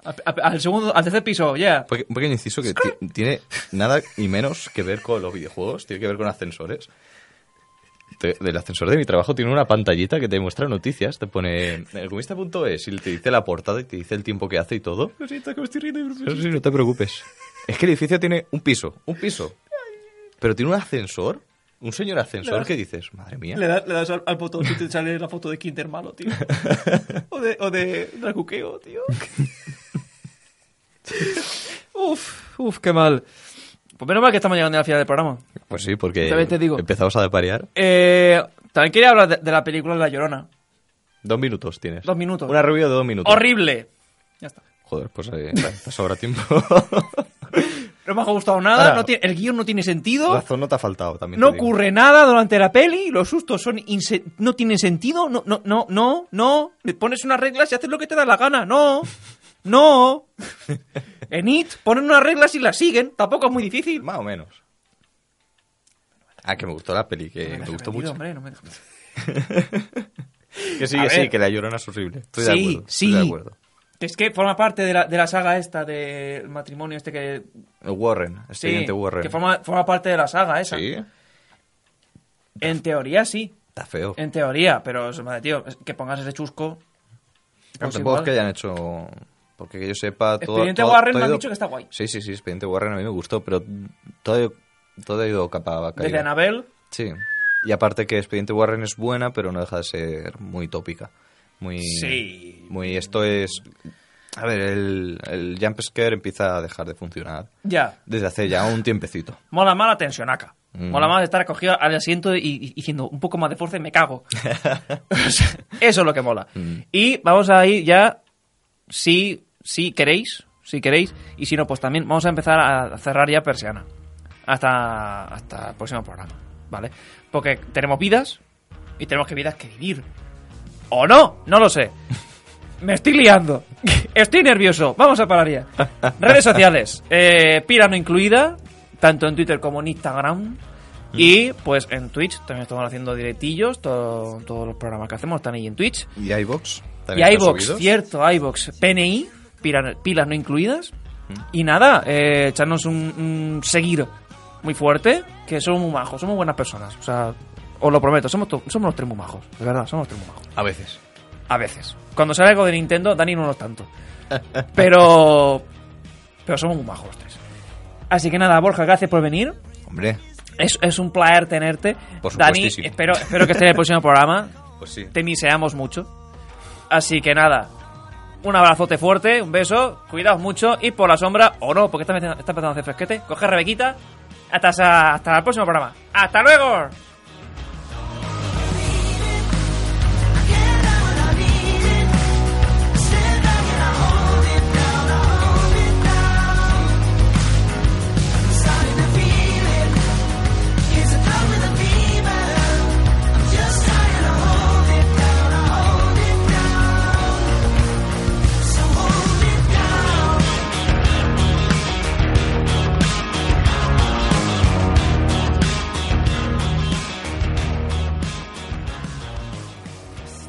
B: A- a- al segundo, al tercer piso, ya.
C: Peque- Un pequeño inciso que ti- tiene nada y menos que ver con los videojuegos, tiene que ver con ascensores. Te- Del ascensor de mi trabajo tiene una pantallita que te muestra noticias, te pone elcomista.es y te dice la portada y te dice el tiempo que hace y todo.
B: Lo siento, que me estoy riendo, pero me-
C: Sí, sí, no te preocupes. Es que el edificio tiene un piso, un piso. Pero tiene un ascensor, un señor ascensor que dices, madre mía.
B: Le, das- le das al, al botón y te sale la foto de Kinder malo, <laughs> tío. O de, o de Dracuqueo, tío. <laughs> uf, uf, qué mal. Pues menos mal que estamos llegando al final del programa.
C: Pues sí, porque
B: También te digo.
C: empezamos a deparear.
B: Eh, también quería hablar de, de la película La Llorona.
C: Dos minutos tienes.
B: Dos minutos.
C: Una review de dos minutos.
B: ¡Horrible! Ya está.
C: Joder, pues
B: <laughs>
C: ahí te sobra tiempo.
B: No me ha gustado nada,
C: Ahora-
B: no tiene- el guión no tiene sentido.
C: Razón no te ha faltado también.
B: No
C: te digo.
B: ocurre nada durante la peli, los sustos son inse- no tienen sentido, no, no, no, no, no. Le pones unas reglas y haces lo que te da la gana, no,
C: <laughs>
B: no. En It ponen unas reglas y las siguen, tampoco es muy difícil.
C: Más o menos. Ah, que me gustó la peli, que
B: No
C: me,
B: dejes
C: gustó
B: vendido,
C: mucho.
B: hombre, no me dejes-
C: Que sí,
B: A
C: que sí,
B: ver.
C: que la llorona es horrible. Estoy
B: Sí,
C: de acuerdo.
B: sí.
C: Estoy de acuerdo.
B: Es que forma parte de la, de la saga esta del matrimonio este que...
C: Warren, expediente Warren.
B: que forma, forma parte de la saga esa.
C: Sí,
B: En teoría sí,
C: está feo.
B: en teoría, pero madre, tío, es que pongas ese chusco...
C: Pero
B: pues
C: tampoco es
B: igual.
C: que hayan hecho. Porque que yo sepa. Todo,
B: Expediente
C: todo-
B: Warren
C: todo
B: me
C: ha
B: han
C: ido-
B: dicho que está guay.
C: Sí, sí, sí, Expediente Warren a mí me gustó, pero todo, ha ido- todo ha ido capa a
B: Desde Anabel...
C: Sí. Y aparte que Expediente Warren es buena, pero no deja de ser muy tópica. Muy.
B: Sí.
C: Muy. Esto es. A ver, el, el jump scare empieza a dejar de funcionar.
B: Ya,
C: Desde hace ya un tiempecito.
B: Mola más la tensionaca.
C: Mm.
B: Mola más estar acogido al asiento y, y diciendo un poco más de fuerza y me cago. <laughs> O sea, Eso es lo que mola. Y vamos a ir ya, si, si queréis, si queréis, y si no, pues también vamos a empezar a cerrar ya persiana. Hasta, hasta el próximo programa, ¿vale? Porque tenemos vidas y tenemos que vidas que vivir. ¿O no? No lo sé. Me estoy liando. Estoy nervioso. Vamos a parar ya. Redes sociales. Eh, Pirano incluida, tanto en Twitter como en Instagram. Y pues en Twitch también estamos haciendo directillos. todo- todos los programas que hacemos están ahí en Twitch.
C: Y iBox.
B: Y iBox, cierto, iBox, PNI, pira- pilas no incluidas. Y nada, eh, echarnos un, un seguir muy fuerte, que somos muy majos, somos buenas personas. O sea, os lo prometo, somos, to- somos los tres muy majos. De verdad, somos los tres muy majos.
C: A veces.
B: A veces. Cuando sale algo de Nintendo, Dani no los tanto. <laughs> Pero. Pero somos muy majos los tres. Así que nada, Borja, gracias por venir.
C: Hombre,
B: Es, es un placer tenerte.
C: Por
B: Dani,
C: supuestísimo.
B: espero, espero que esté en el próximo programa.
C: pues sí.
B: Te miseamos mucho. Así que nada. Un abrazote fuerte, un beso, cuidaos mucho y por la sombra, o no, porque está, metiendo- está empezando a hacer fresquete, coge a Rebequita. Hasta, esa- hasta el próximo programa. ¡Hasta luego!